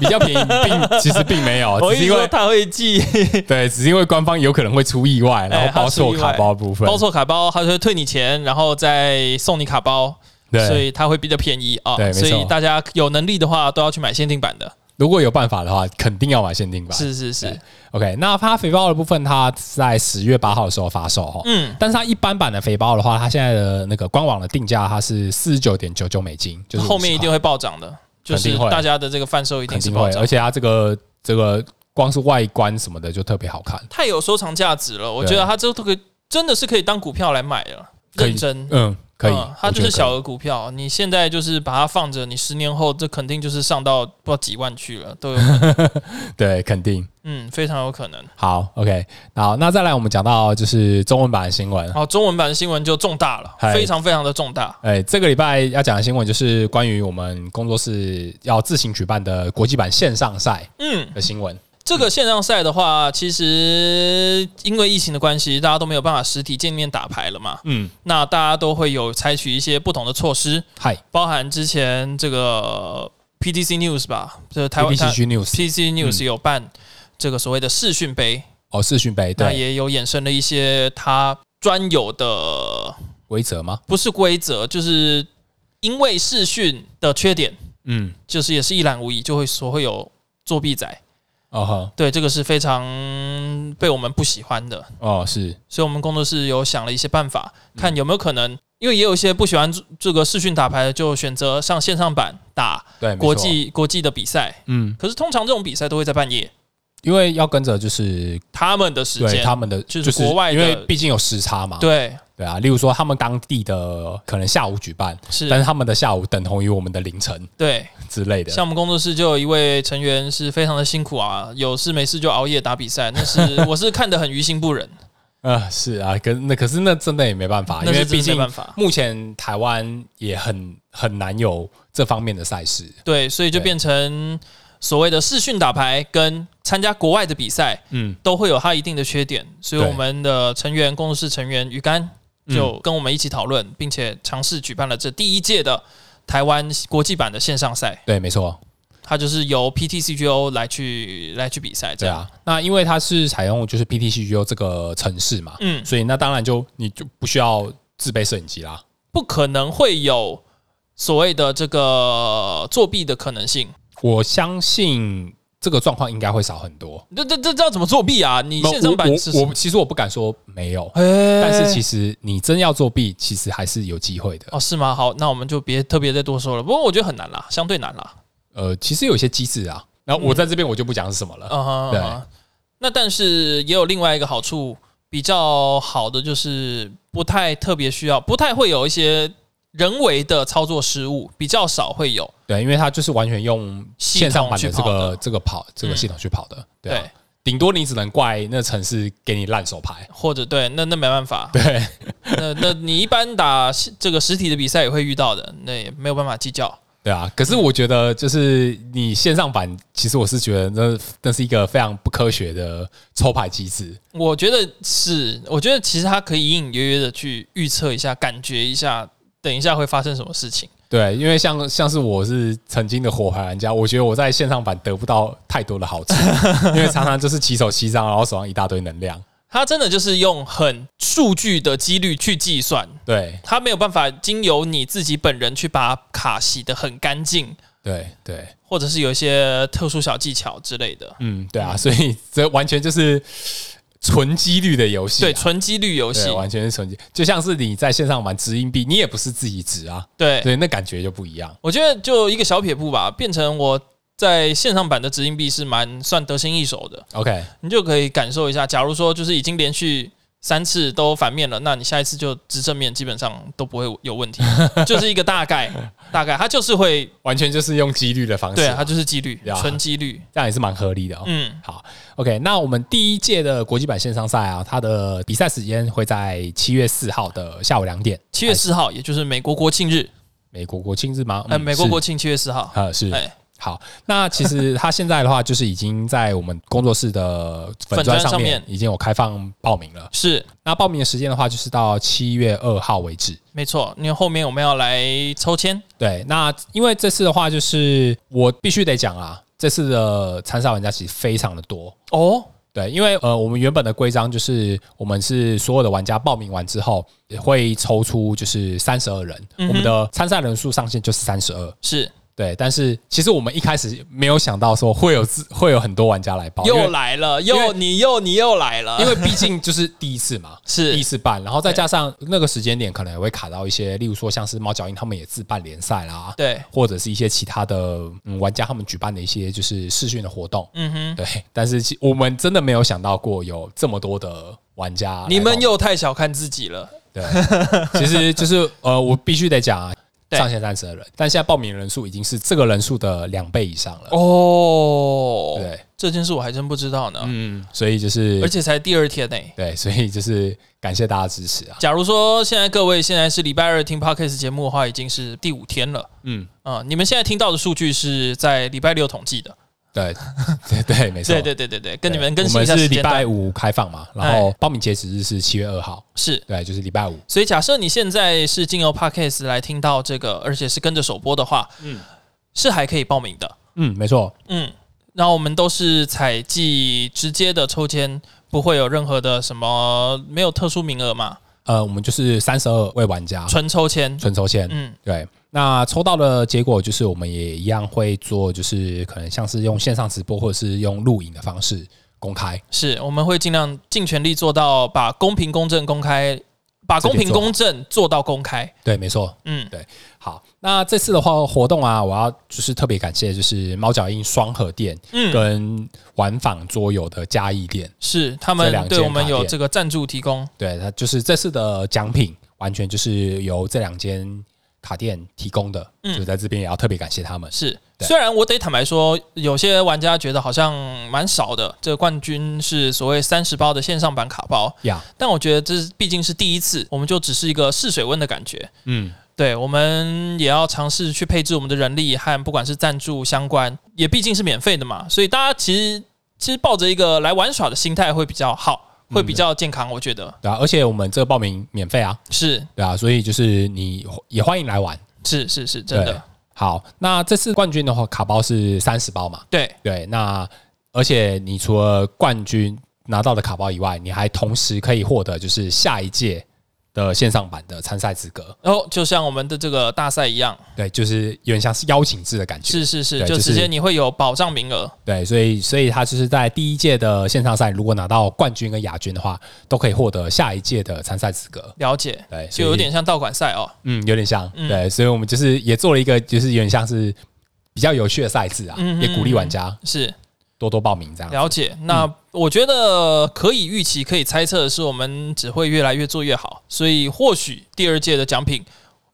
Speaker 2: 比较便宜，并其实并没有，
Speaker 1: 我
Speaker 2: 哦
Speaker 1: 一
Speaker 2: 只是
Speaker 1: 直
Speaker 2: 因
Speaker 1: 说
Speaker 2: 为
Speaker 1: 它会寄
Speaker 2: 对，只是因为官方有可能会出意外，然
Speaker 1: 哎
Speaker 2: 后
Speaker 1: 它
Speaker 2: 包错
Speaker 1: 出意外
Speaker 2: 卡包部分，
Speaker 1: 包错卡包，它就会退你钱，然后再送你卡包，所
Speaker 2: 对，
Speaker 1: 以它会比较便宜啊
Speaker 2: 对。没错
Speaker 1: 所以大家有能力的话，都要去买限定版的。
Speaker 2: 如果有办法的话，肯定要买限定版。
Speaker 1: 是是是
Speaker 2: 对，OK，那它肥包的部分，它在十月八号的时候发售哈。
Speaker 1: 嗯，
Speaker 2: 但是它一般版的肥包的话，它现在的那个官网的定价它是四十九点九九美金，就是
Speaker 1: 后面一定
Speaker 2: 会
Speaker 1: 会暴涨的，就
Speaker 2: 肯
Speaker 1: 是
Speaker 2: 定会
Speaker 1: 大家的这个贩售一
Speaker 2: 肯
Speaker 1: 定是
Speaker 2: 定
Speaker 1: 暴
Speaker 2: 会，啊
Speaker 1: 涨
Speaker 2: 而。且它这个这个光是外观什么的就特别好看，
Speaker 1: 太有收藏价值了，我觉得它这都可以真的是可以当股票来买了，
Speaker 2: 可以
Speaker 1: 认真。
Speaker 2: 嗯，可以
Speaker 1: 嗯，它
Speaker 2: 我
Speaker 1: 就
Speaker 2: 觉
Speaker 1: 是
Speaker 2: 得可以
Speaker 1: 小额股票，你现在就是把它放着，你十年后这肯定就是上到不知道几万去了，都有可能，
Speaker 2: 对，肯定
Speaker 1: 嗯，非常有可能。
Speaker 2: 好，OK，好，那再来我们讲到就是中文版的新闻，
Speaker 1: 好，中文版的新闻就重大了，
Speaker 2: 嗨
Speaker 1: 非常非常的重大。
Speaker 2: 哎，这个礼拜要讲的新闻就是关于我们工作室要自行举办的国际版线上赛
Speaker 1: 嗯，
Speaker 2: 的新闻。
Speaker 1: 这个线上赛的话，其实因为疫情的关系，大家都没有办法实体见面打牌了嘛，
Speaker 2: 嗯，
Speaker 1: 那大家都会有采取一些不同的措施，
Speaker 2: 嗨
Speaker 1: 包含之前这个 PTC News 吧，这台湾台
Speaker 2: ，BBC News
Speaker 1: PC News 有办这个所谓的视讯杯，
Speaker 2: 哦，视讯杯
Speaker 1: 那
Speaker 2: 对
Speaker 1: 也有衍生了一些它专有的，
Speaker 2: 规则吗？
Speaker 1: 不是规则，就是因为视讯的缺点，
Speaker 2: 嗯，
Speaker 1: 就是也是一览无遗，就会所会有作弊仔。
Speaker 2: 哦呵，
Speaker 1: 对，这个是非常被我们不喜欢的，
Speaker 2: 哦是，
Speaker 1: 所以我们工作室有想了一些办法，看有没有可能，因为也有一些不喜欢这个视讯打牌的，就选择上线上版打
Speaker 2: 对，没错
Speaker 1: 国，际国际的比赛。
Speaker 2: 嗯，
Speaker 1: 可是通常这种比赛都会在半夜，
Speaker 2: 因为要跟着就是
Speaker 1: 他们的时
Speaker 2: 对
Speaker 1: 间，
Speaker 2: 他们的
Speaker 1: 就是
Speaker 2: 就
Speaker 1: 国外的
Speaker 2: 因为毕竟有时差嘛，
Speaker 1: 对，
Speaker 2: 对啊，例如说他们当地的可能下午举办，
Speaker 1: 是，
Speaker 2: 但是他们的下午等同于我们的凌晨
Speaker 1: 对，
Speaker 2: 之类的
Speaker 1: 像，我们工作室就有一位成员是非常的辛苦啊，有事没事就熬夜打比赛，那是 我是看得很于心不忍，
Speaker 2: 呃，是啊，可那可是那真的也没办啊法，因
Speaker 1: 那
Speaker 2: 为
Speaker 1: 是真的
Speaker 2: 毕
Speaker 1: 没
Speaker 2: 竟
Speaker 1: 办法。
Speaker 2: 目前台湾也很很难有这方面的赛事。
Speaker 1: 对，所以就
Speaker 2: 对
Speaker 1: 变成所谓的视讯打牌跟参加国外的比赛
Speaker 2: 嗯，
Speaker 1: 都会有它一定的缺点，所以
Speaker 2: 对
Speaker 1: 我们的成员工作室成员鱼竿
Speaker 2: 嗯
Speaker 1: 就跟我们一起讨论，并且尝试举办了这第一届的台湾国际版的线上赛，
Speaker 2: 对，没错，
Speaker 1: 它就是由 PTCGO 来去来去比赛，这
Speaker 2: 对
Speaker 1: 样，
Speaker 2: 啊。那因为它是采用就是 PTCGO 这个城市嘛，
Speaker 1: 嗯，
Speaker 2: 所以那当然就你就不需要自备摄影机啦。
Speaker 1: 不可能会有所谓的这个作弊的可能性。
Speaker 2: 我相信这个状况应该会少很多。
Speaker 1: 这这这这要怎么作弊啊？你线上版是
Speaker 2: 我我我其实我不敢说没有，
Speaker 1: 哎
Speaker 2: 但是其实你真要作弊，其实还是有机会的。
Speaker 1: 哦是吗？好，那我们就别特别再多说了。不过我觉得很难啦，相对难啦。
Speaker 2: 呃，其实有一些机制啊，然后我在这边我就不讲是什么了。
Speaker 1: 嗯哼，
Speaker 2: 对
Speaker 1: 嗯哼那但是也有另外一个好处，比较好的就是不太特别需要，不太会有一些人为的操作失误，比较少会有。
Speaker 2: 对，因为它就是完全用线上版的这
Speaker 1: 系统去跑
Speaker 2: 个
Speaker 1: 的嗯
Speaker 2: 这个跑这个系统去跑的，对啊
Speaker 1: 对，
Speaker 2: 顶多你只能怪那城市给你烂手牌，
Speaker 1: 或者对，那那没办法。
Speaker 2: 对，
Speaker 1: 那那你一般打这个实体的比赛也会遇到的，那也没有办法计较。
Speaker 2: 对啊。可是我觉得，就是你线上版，其实我是觉得那那是一个非常不科学的抽牌机制，
Speaker 1: 我觉得是，我觉得其实他可以隐隐约约的去预测一下，感觉一下，等一下会发生什么事情。
Speaker 2: 对，因为像像是我是曾经的火牌玩家，我觉得我在线上版得不到太多的好处， 因为常常就是起手七张，然后手上一大堆能量，
Speaker 1: 他真的就是用很数据的几率去计算，
Speaker 2: 对
Speaker 1: 他没有办法经由你自己本人去把卡洗得很干净，
Speaker 2: 对对，
Speaker 1: 或者是有一些特殊小技巧之类的。
Speaker 2: 嗯，对啊，所以这完全就是纯几率的游戏啊、
Speaker 1: 对，纯几率游戏
Speaker 2: 对，，完全是纯洁，就像是你在线上玩掷硬币，你也不是自己掷啊，
Speaker 1: 对
Speaker 2: 对，那感觉就不一样。
Speaker 1: 我觉得就一个小撇步吧，变成我在线上版的直硬币是蛮算得心应手的，
Speaker 2: OK，
Speaker 1: 你就可以感受一下。假如说就是已经连续三次都反面了，那你下一次就直正面基本上都不会有问 题，就是一个大概大概，它就是会
Speaker 2: 完全就是用几率的方式，
Speaker 1: 对，啊它就是几率
Speaker 2: 呀，
Speaker 1: 纯几率。
Speaker 2: 这样 也是蛮合理的哦。
Speaker 1: 嗯，
Speaker 2: 好，OK，那我们第一届的国际版线上赛啊，它的比赛时间会在七月四号的下午两点，
Speaker 1: 七月四号，也就是美国国庆日，
Speaker 2: 美国国庆日吗？嗯
Speaker 1: 呃，美国
Speaker 2: 是
Speaker 1: 国庆七月四号，
Speaker 2: 呃是。
Speaker 1: 哎，
Speaker 2: 好，那其实它现在的话，就是已经在我们工作室的粉
Speaker 1: 粉
Speaker 2: 砖
Speaker 1: 专
Speaker 2: 上
Speaker 1: 上
Speaker 2: 面
Speaker 1: 面
Speaker 2: 已经有开放报名了。
Speaker 1: 是
Speaker 2: 那报名的时间的话，就是到七月二号为止。
Speaker 1: 没错。因为后面我们要来抽签，
Speaker 2: 对，那因为这次的话，就是我必须得讲啊，这次的参赛玩家其实非常的多。
Speaker 1: 哦，
Speaker 2: 对，因为呃，我们原本的规章就是我们是所有的玩家报名完之后会抽出就是三十二人，
Speaker 1: 嗯哼
Speaker 2: 我们的参赛人数上限就是三十二。
Speaker 1: 是
Speaker 2: 对，但是其实我们一开始没有想到说会有自会有很多玩家来哦报，因为
Speaker 1: 又来了，
Speaker 2: 因
Speaker 1: 又
Speaker 2: 为
Speaker 1: 你又你又来了，
Speaker 2: 因为毕竟就是第一次嘛，
Speaker 1: 是
Speaker 2: 第一次办，然后再加上那个时间点可能也会卡到一些，例如说像是猫脚印他们也自办联赛啦，
Speaker 1: 对，
Speaker 2: 或者是一些其他的、嗯、玩家他们举办的一些就是试训的活动，
Speaker 1: 嗯哼，
Speaker 2: 对。但是其我们真的没有想到过有这么多的玩家来报名，
Speaker 1: 你们又太小看自己了。
Speaker 2: 对，其实就是呃，我必须得讲啊。
Speaker 1: 对
Speaker 2: 上限三十人，但现在报名人数已经是这个人数的两倍以上了。
Speaker 1: 哦，
Speaker 2: 哦对，
Speaker 1: 这件事我还真不知道呢，
Speaker 2: 嗯，所以就是
Speaker 1: 而且才第二天呢、
Speaker 2: 对，所以就是感谢大家支持啊。
Speaker 1: 假如说现在各位现在是礼拜二听 podcast 节目的话，已经是第五天了。
Speaker 2: 嗯，
Speaker 1: 啊、你们现在听到的数据是在礼拜六统计的。
Speaker 2: 对，对对，没错。
Speaker 1: 对对对对对，跟你们更
Speaker 2: 对我
Speaker 1: 新一
Speaker 2: 们
Speaker 1: 下
Speaker 2: 是
Speaker 1: 时
Speaker 2: 礼
Speaker 1: 间
Speaker 2: 拜
Speaker 1: 段。哎
Speaker 2: 五开放嘛，然后报名截止日是七月二号，
Speaker 1: 是，
Speaker 2: 对，就是礼拜五。
Speaker 1: 所以假设你现在是经由 podcast 来听到这个，而且是跟着首播的话，嗯，是还可以报名的。
Speaker 2: 嗯，没错，
Speaker 1: 嗯，然后我们都是采集直接的抽签，不会有任何的什么没有特殊名额嘛，
Speaker 2: 呃，我们就是三十二位玩家
Speaker 1: 纯抽签。
Speaker 2: 纯抽签，
Speaker 1: 嗯，
Speaker 2: 对。那抽到的结果就是，我们也一样会做，就是可能像是用线上直播或者是用录影的方式公开。
Speaker 1: 是，我们会尽量尽全力做到把公平、公正、公开，把
Speaker 2: 这
Speaker 1: 公
Speaker 2: 点
Speaker 1: 平、
Speaker 2: 做好
Speaker 1: 公正做到公开。
Speaker 2: 对，没错。
Speaker 1: 嗯，
Speaker 2: 好，那这次的话活动啊，我要就是特别感谢就是猫脚印双核店
Speaker 1: 嗯
Speaker 2: 跟玩坊桌游的嘉义店，
Speaker 1: 是他
Speaker 2: 这
Speaker 1: 们
Speaker 2: 两
Speaker 1: 对
Speaker 2: 间
Speaker 1: 我们
Speaker 2: 卡
Speaker 1: 有
Speaker 2: 店
Speaker 1: 这个赞助提供。
Speaker 2: 对，它就是这次的奖品完全就是由这两间卡店提供的，
Speaker 1: 嗯
Speaker 2: 就在这边也要特别感谢他们。
Speaker 1: 是，
Speaker 2: 对
Speaker 1: 虽然我得坦白说，有些玩家觉得好像蛮少的，这个冠军是所谓三十包的线上版卡包，
Speaker 2: 呀，
Speaker 1: 但我觉得这是毕竟是第一次，我们就只是一个试水温的感觉。
Speaker 2: 嗯，
Speaker 1: 对，我们也要尝试去配置我们的人力和不管是赞助相关，也毕竟是免费的嘛，所以大家其实其实抱着一个来玩耍的心态会比较好，
Speaker 2: 嗯
Speaker 1: 会比较健康，我觉得
Speaker 2: 对啊，而且我们这个报名免费啊，
Speaker 1: 是
Speaker 2: 对啊，所以就是你也欢迎来玩。
Speaker 1: 是是是真的，
Speaker 2: 好，那这次冠军的话，卡包是三十包嘛？
Speaker 1: 对
Speaker 2: 对，那而且你除了冠军拿到的卡包以外，你还同时可以获得就是下一届的线上版的参赛资格。
Speaker 1: 然后就像我们的这个大赛一样，
Speaker 2: 对，就是有点像是邀请制的感觉。
Speaker 1: 是是是，
Speaker 2: 对就
Speaker 1: 就是直接你会有保障名额，
Speaker 2: 对，所以所以他就是在第一届的线上赛，如果拿到冠军跟亚军的话，都可以获得下一届的参赛资格。
Speaker 1: 了解，
Speaker 2: 对，
Speaker 1: 就
Speaker 2: 所以
Speaker 1: 有点像道馆赛哦，
Speaker 2: 嗯，有点像。
Speaker 1: 嗯
Speaker 2: 对，所以我们就是也做了一个，就是有点像是比较有趣的赛制啊，
Speaker 1: 嗯嗯
Speaker 2: 也鼓励玩家
Speaker 1: 是
Speaker 2: 多多报名这样。
Speaker 1: 了解。
Speaker 2: 嗯
Speaker 1: 那我觉得可以预期、可以猜测的是，我们只会越来越做越好，所以或许第二届的奖品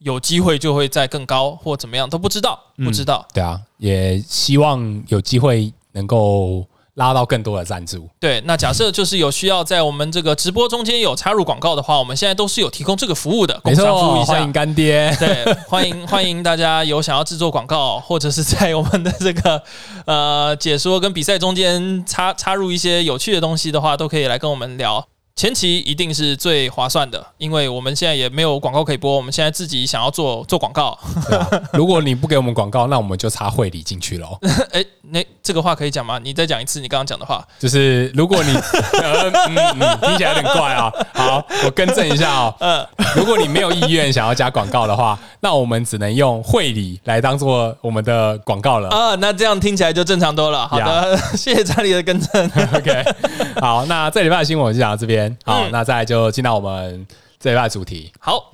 Speaker 1: 有机会就会再更高，或怎么样都不知道，
Speaker 2: 嗯
Speaker 1: 不知道。
Speaker 2: 对啊，也希望有机会能够拉到更多的赞助。
Speaker 1: 对，那假设就是有需要在我们这个直播中间有插入广告的话，我们现在都是有提供这个服务的，工
Speaker 2: 没
Speaker 1: 商服务
Speaker 2: 错，
Speaker 1: 一
Speaker 2: 欢迎
Speaker 1: 下。
Speaker 2: 干爹。
Speaker 1: 对，欢迎欢迎大家有想要制作广告，或者是在我们的这个呃解说跟比赛中间插插入一些有趣的东西的话，都可以来跟我们聊。前期一定是最划算的，因为我们现在也没有广告可以播，我们现在自己想要做做广告。
Speaker 2: 对啊， 如果你不给我们广告，那我们就插会理进去 喽。
Speaker 1: 哎，那这个话可以讲吗？你再讲一次你刚刚讲的话。
Speaker 2: 就是如 果你，呃嗯嗯，听起来有点怪啊。好，我更正一下 哦。
Speaker 1: 嗯
Speaker 2: 如果你没有意愿想要加广告的话，那我们只能用会理来当做我们的广告了。
Speaker 1: 啊，那这样听起来就正常多了。好的， 谢谢查理的更 正。
Speaker 2: OK，好，那这礼拜的新闻我就讲到这边。好，
Speaker 1: 嗯
Speaker 2: 那再来就进到我们这礼拜的主题。
Speaker 1: 好，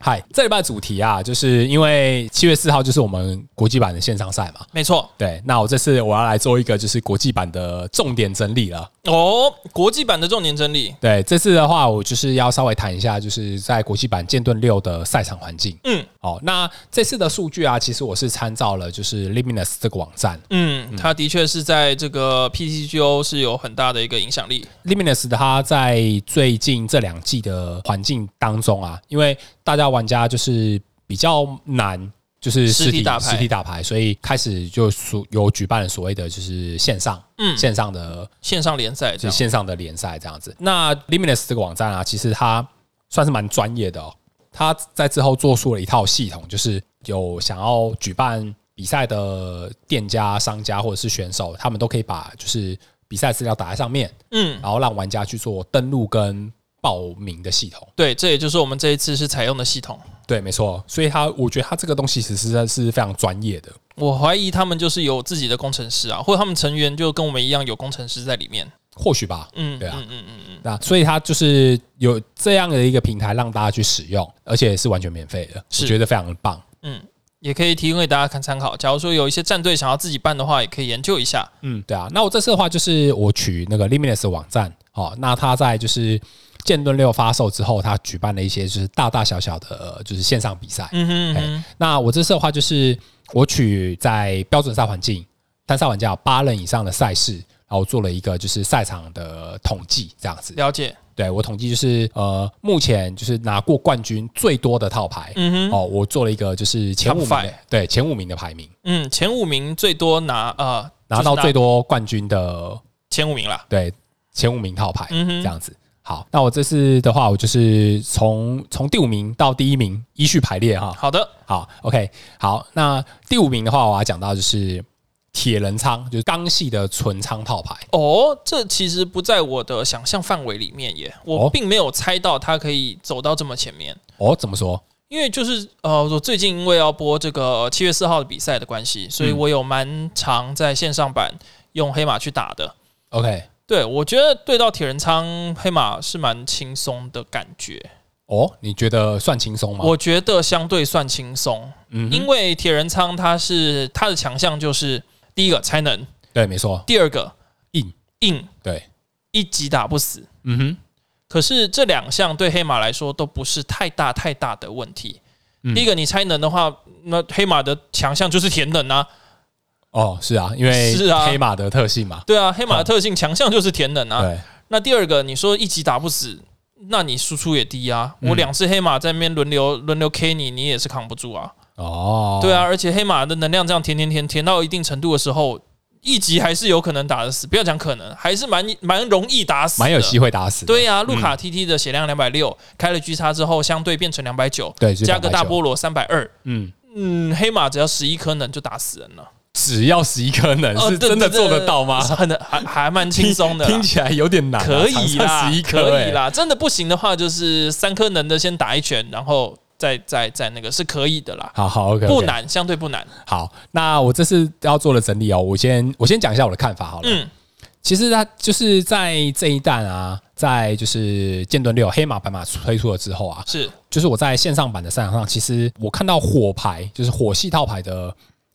Speaker 2: 嗨，这礼拜主题啊，就是因为七月四号就是我们国际版的线上赛嘛。
Speaker 1: 没错
Speaker 2: 对，那我这次我要来做一个就是国际版的重点整理了。
Speaker 1: 哦，国际版的重点整理，
Speaker 2: 对，这次的话，我就是要稍微谈一下，就是在国际版剑盾六的赛场环境。
Speaker 1: 嗯，
Speaker 2: 哦，那这次的数据啊，其实我是参照了就是 Liminus 这个网站
Speaker 1: 嗯，它的确是在这个 PTGO 是有很大的一个影响力。
Speaker 2: ，Liminus 它在最近这两季的环境当中啊，因为大家玩家就是比较难。就是
Speaker 1: 实
Speaker 2: 实
Speaker 1: 体
Speaker 2: 体
Speaker 1: 打牌
Speaker 2: 实体打牌，所以开始就所有举办了所谓的就是线上，
Speaker 1: 嗯
Speaker 2: 线上的
Speaker 1: 线上联赛这
Speaker 2: 就是
Speaker 1: 样，
Speaker 2: 线上的联赛这样子。那 Limitless 这个网站啊，其实它算是蛮专业的哦。它在之后做出了一套系统，就是有想要举办比赛的店家、商家或者是选手，他们都可以把就是比赛资料打在上面，
Speaker 1: 嗯，
Speaker 2: 然后让玩家去做登录跟报名的系统。
Speaker 1: 对，这也就是我们这一次是采用的系统。
Speaker 2: 对，没错。所以它，我觉得它这个东西其实是是非常专业的。
Speaker 1: 我怀疑他们就是有自己的工程师啊，或者他们成员就跟我们一样有工程师在里面。
Speaker 2: 或许吧，
Speaker 1: 嗯，
Speaker 2: 对啊
Speaker 1: 嗯嗯嗯嗯，
Speaker 2: 那所以它就是有这样的一个平台让大家去使用，而且是完全免费的，
Speaker 1: 是
Speaker 2: 我觉得非常棒。
Speaker 1: 也可以提供给大家看参考。假如说有一些战队想要自己办的话，也可以研究一下。
Speaker 2: 嗯，对啊。那我这次的话就是我取那个 Limitless 的网站，哦，那它在就是剑盾六发售之后，它举办了一些就是大大小小的呃就是线上比赛。
Speaker 1: 嗯哼嗯哼，
Speaker 2: 那我这次的话就是我取在标准赛环境，单赛玩家有八人以上的赛事，然后做了一个就是赛场的统计这样子。
Speaker 1: 了解。
Speaker 2: 对我统计就是呃，目前就是拿过冠军最多的套牌。
Speaker 1: 嗯哼，
Speaker 2: 哦，我做了一个就是前五名
Speaker 1: Top
Speaker 2: 的
Speaker 1: five，
Speaker 2: 对前五名的排名，
Speaker 1: 嗯，前五名最多拿呃，
Speaker 2: 拿到
Speaker 1: 就是
Speaker 2: 最多冠军的
Speaker 1: 前五名啦。
Speaker 2: 对前五名套牌，
Speaker 1: 嗯哼
Speaker 2: 这样子。好，那我这次的话，我就是从从第五名到第一名依序排列哈。
Speaker 1: 好的，
Speaker 2: 好，OK，好，那第五名的话，我要讲到就是铁人仓，就是钢系的纯仓套牌。
Speaker 1: 哦，这其实不在我的想象范围里面耶，我
Speaker 2: 哦
Speaker 1: 并没有猜到他可以走到这么前面。
Speaker 2: 哦，怎么说？
Speaker 1: 因为就是呃，我最近因为要播这个呃七月四号的比赛的关系，
Speaker 2: 嗯
Speaker 1: 所以我有蛮常在线上版用黑马去打的。
Speaker 2: OK，
Speaker 1: 对，我觉得对到铁人仓黑马是蛮轻松的感觉，
Speaker 2: 哦，你觉得算轻松吗？
Speaker 1: 我觉得相对算轻松，
Speaker 2: 嗯哼，
Speaker 1: 因为铁人仓它是它的强项就是第一个才能，
Speaker 2: 对，没错，
Speaker 1: 第二个
Speaker 2: 硬
Speaker 1: 硬
Speaker 2: 对，
Speaker 1: 一击打不死。
Speaker 2: 嗯哼，
Speaker 1: 可是这两项对黑马来说都不是太大太大的问题。
Speaker 2: 嗯
Speaker 1: 第一个你猜能的话，那黑马的强项就是填能啊，
Speaker 2: 哦，是啊，因为
Speaker 1: 是啊
Speaker 2: 黑马的特性嘛，
Speaker 1: 对啊，黑马的特性强项就是填能啊。
Speaker 2: 对，
Speaker 1: 那第二个，你说一级打不死，那你输出也低啊。
Speaker 2: 嗯
Speaker 1: 我两只黑马在那边轮流轮流 K 你，你也是扛不住啊。
Speaker 2: 哦，
Speaker 1: 对啊，，而且黑马的能量这样填填填填到一定程度的时候，一级还是有可能打得死。不要讲可能，还是蛮蛮容易打死，
Speaker 2: 蛮有机
Speaker 1: 会。
Speaker 2: 会打死的，
Speaker 1: 对啊，路卡 TT 的血量两百六，开了 G 叉之后，相对变成两百九，
Speaker 2: 对，就是
Speaker 1: 加个大
Speaker 2: 290，
Speaker 1: 菠萝三百二。
Speaker 2: 嗯，
Speaker 1: 嗯，黑马只要十一颗能就打死人了，
Speaker 2: 只要十一颗能，
Speaker 1: 哦
Speaker 2: 是
Speaker 1: 对
Speaker 2: 真的
Speaker 1: 对
Speaker 2: 做
Speaker 1: 对
Speaker 2: 得到吗？
Speaker 1: 很还还蛮轻松的啦，
Speaker 2: 听听起来有点难啊、
Speaker 1: 可以啦，
Speaker 2: 十一颗、
Speaker 1: 可以
Speaker 2: 欸，
Speaker 1: 啦。真的不行的话，就是三颗能的先打一拳，然后再再再那个是可以的啦，
Speaker 2: 好好，OK，,
Speaker 1: 不。难，相对不难。
Speaker 2: 好，那我这次要做的整理哦，我先我先讲一下我的看法好了。
Speaker 1: 嗯
Speaker 2: 其实它就是在这一弹啊，在就是剑盾六黑马白马推出了之后啊，
Speaker 1: 是
Speaker 2: 就是我在线上版的赛场上，其实我看到火牌就是火系套牌的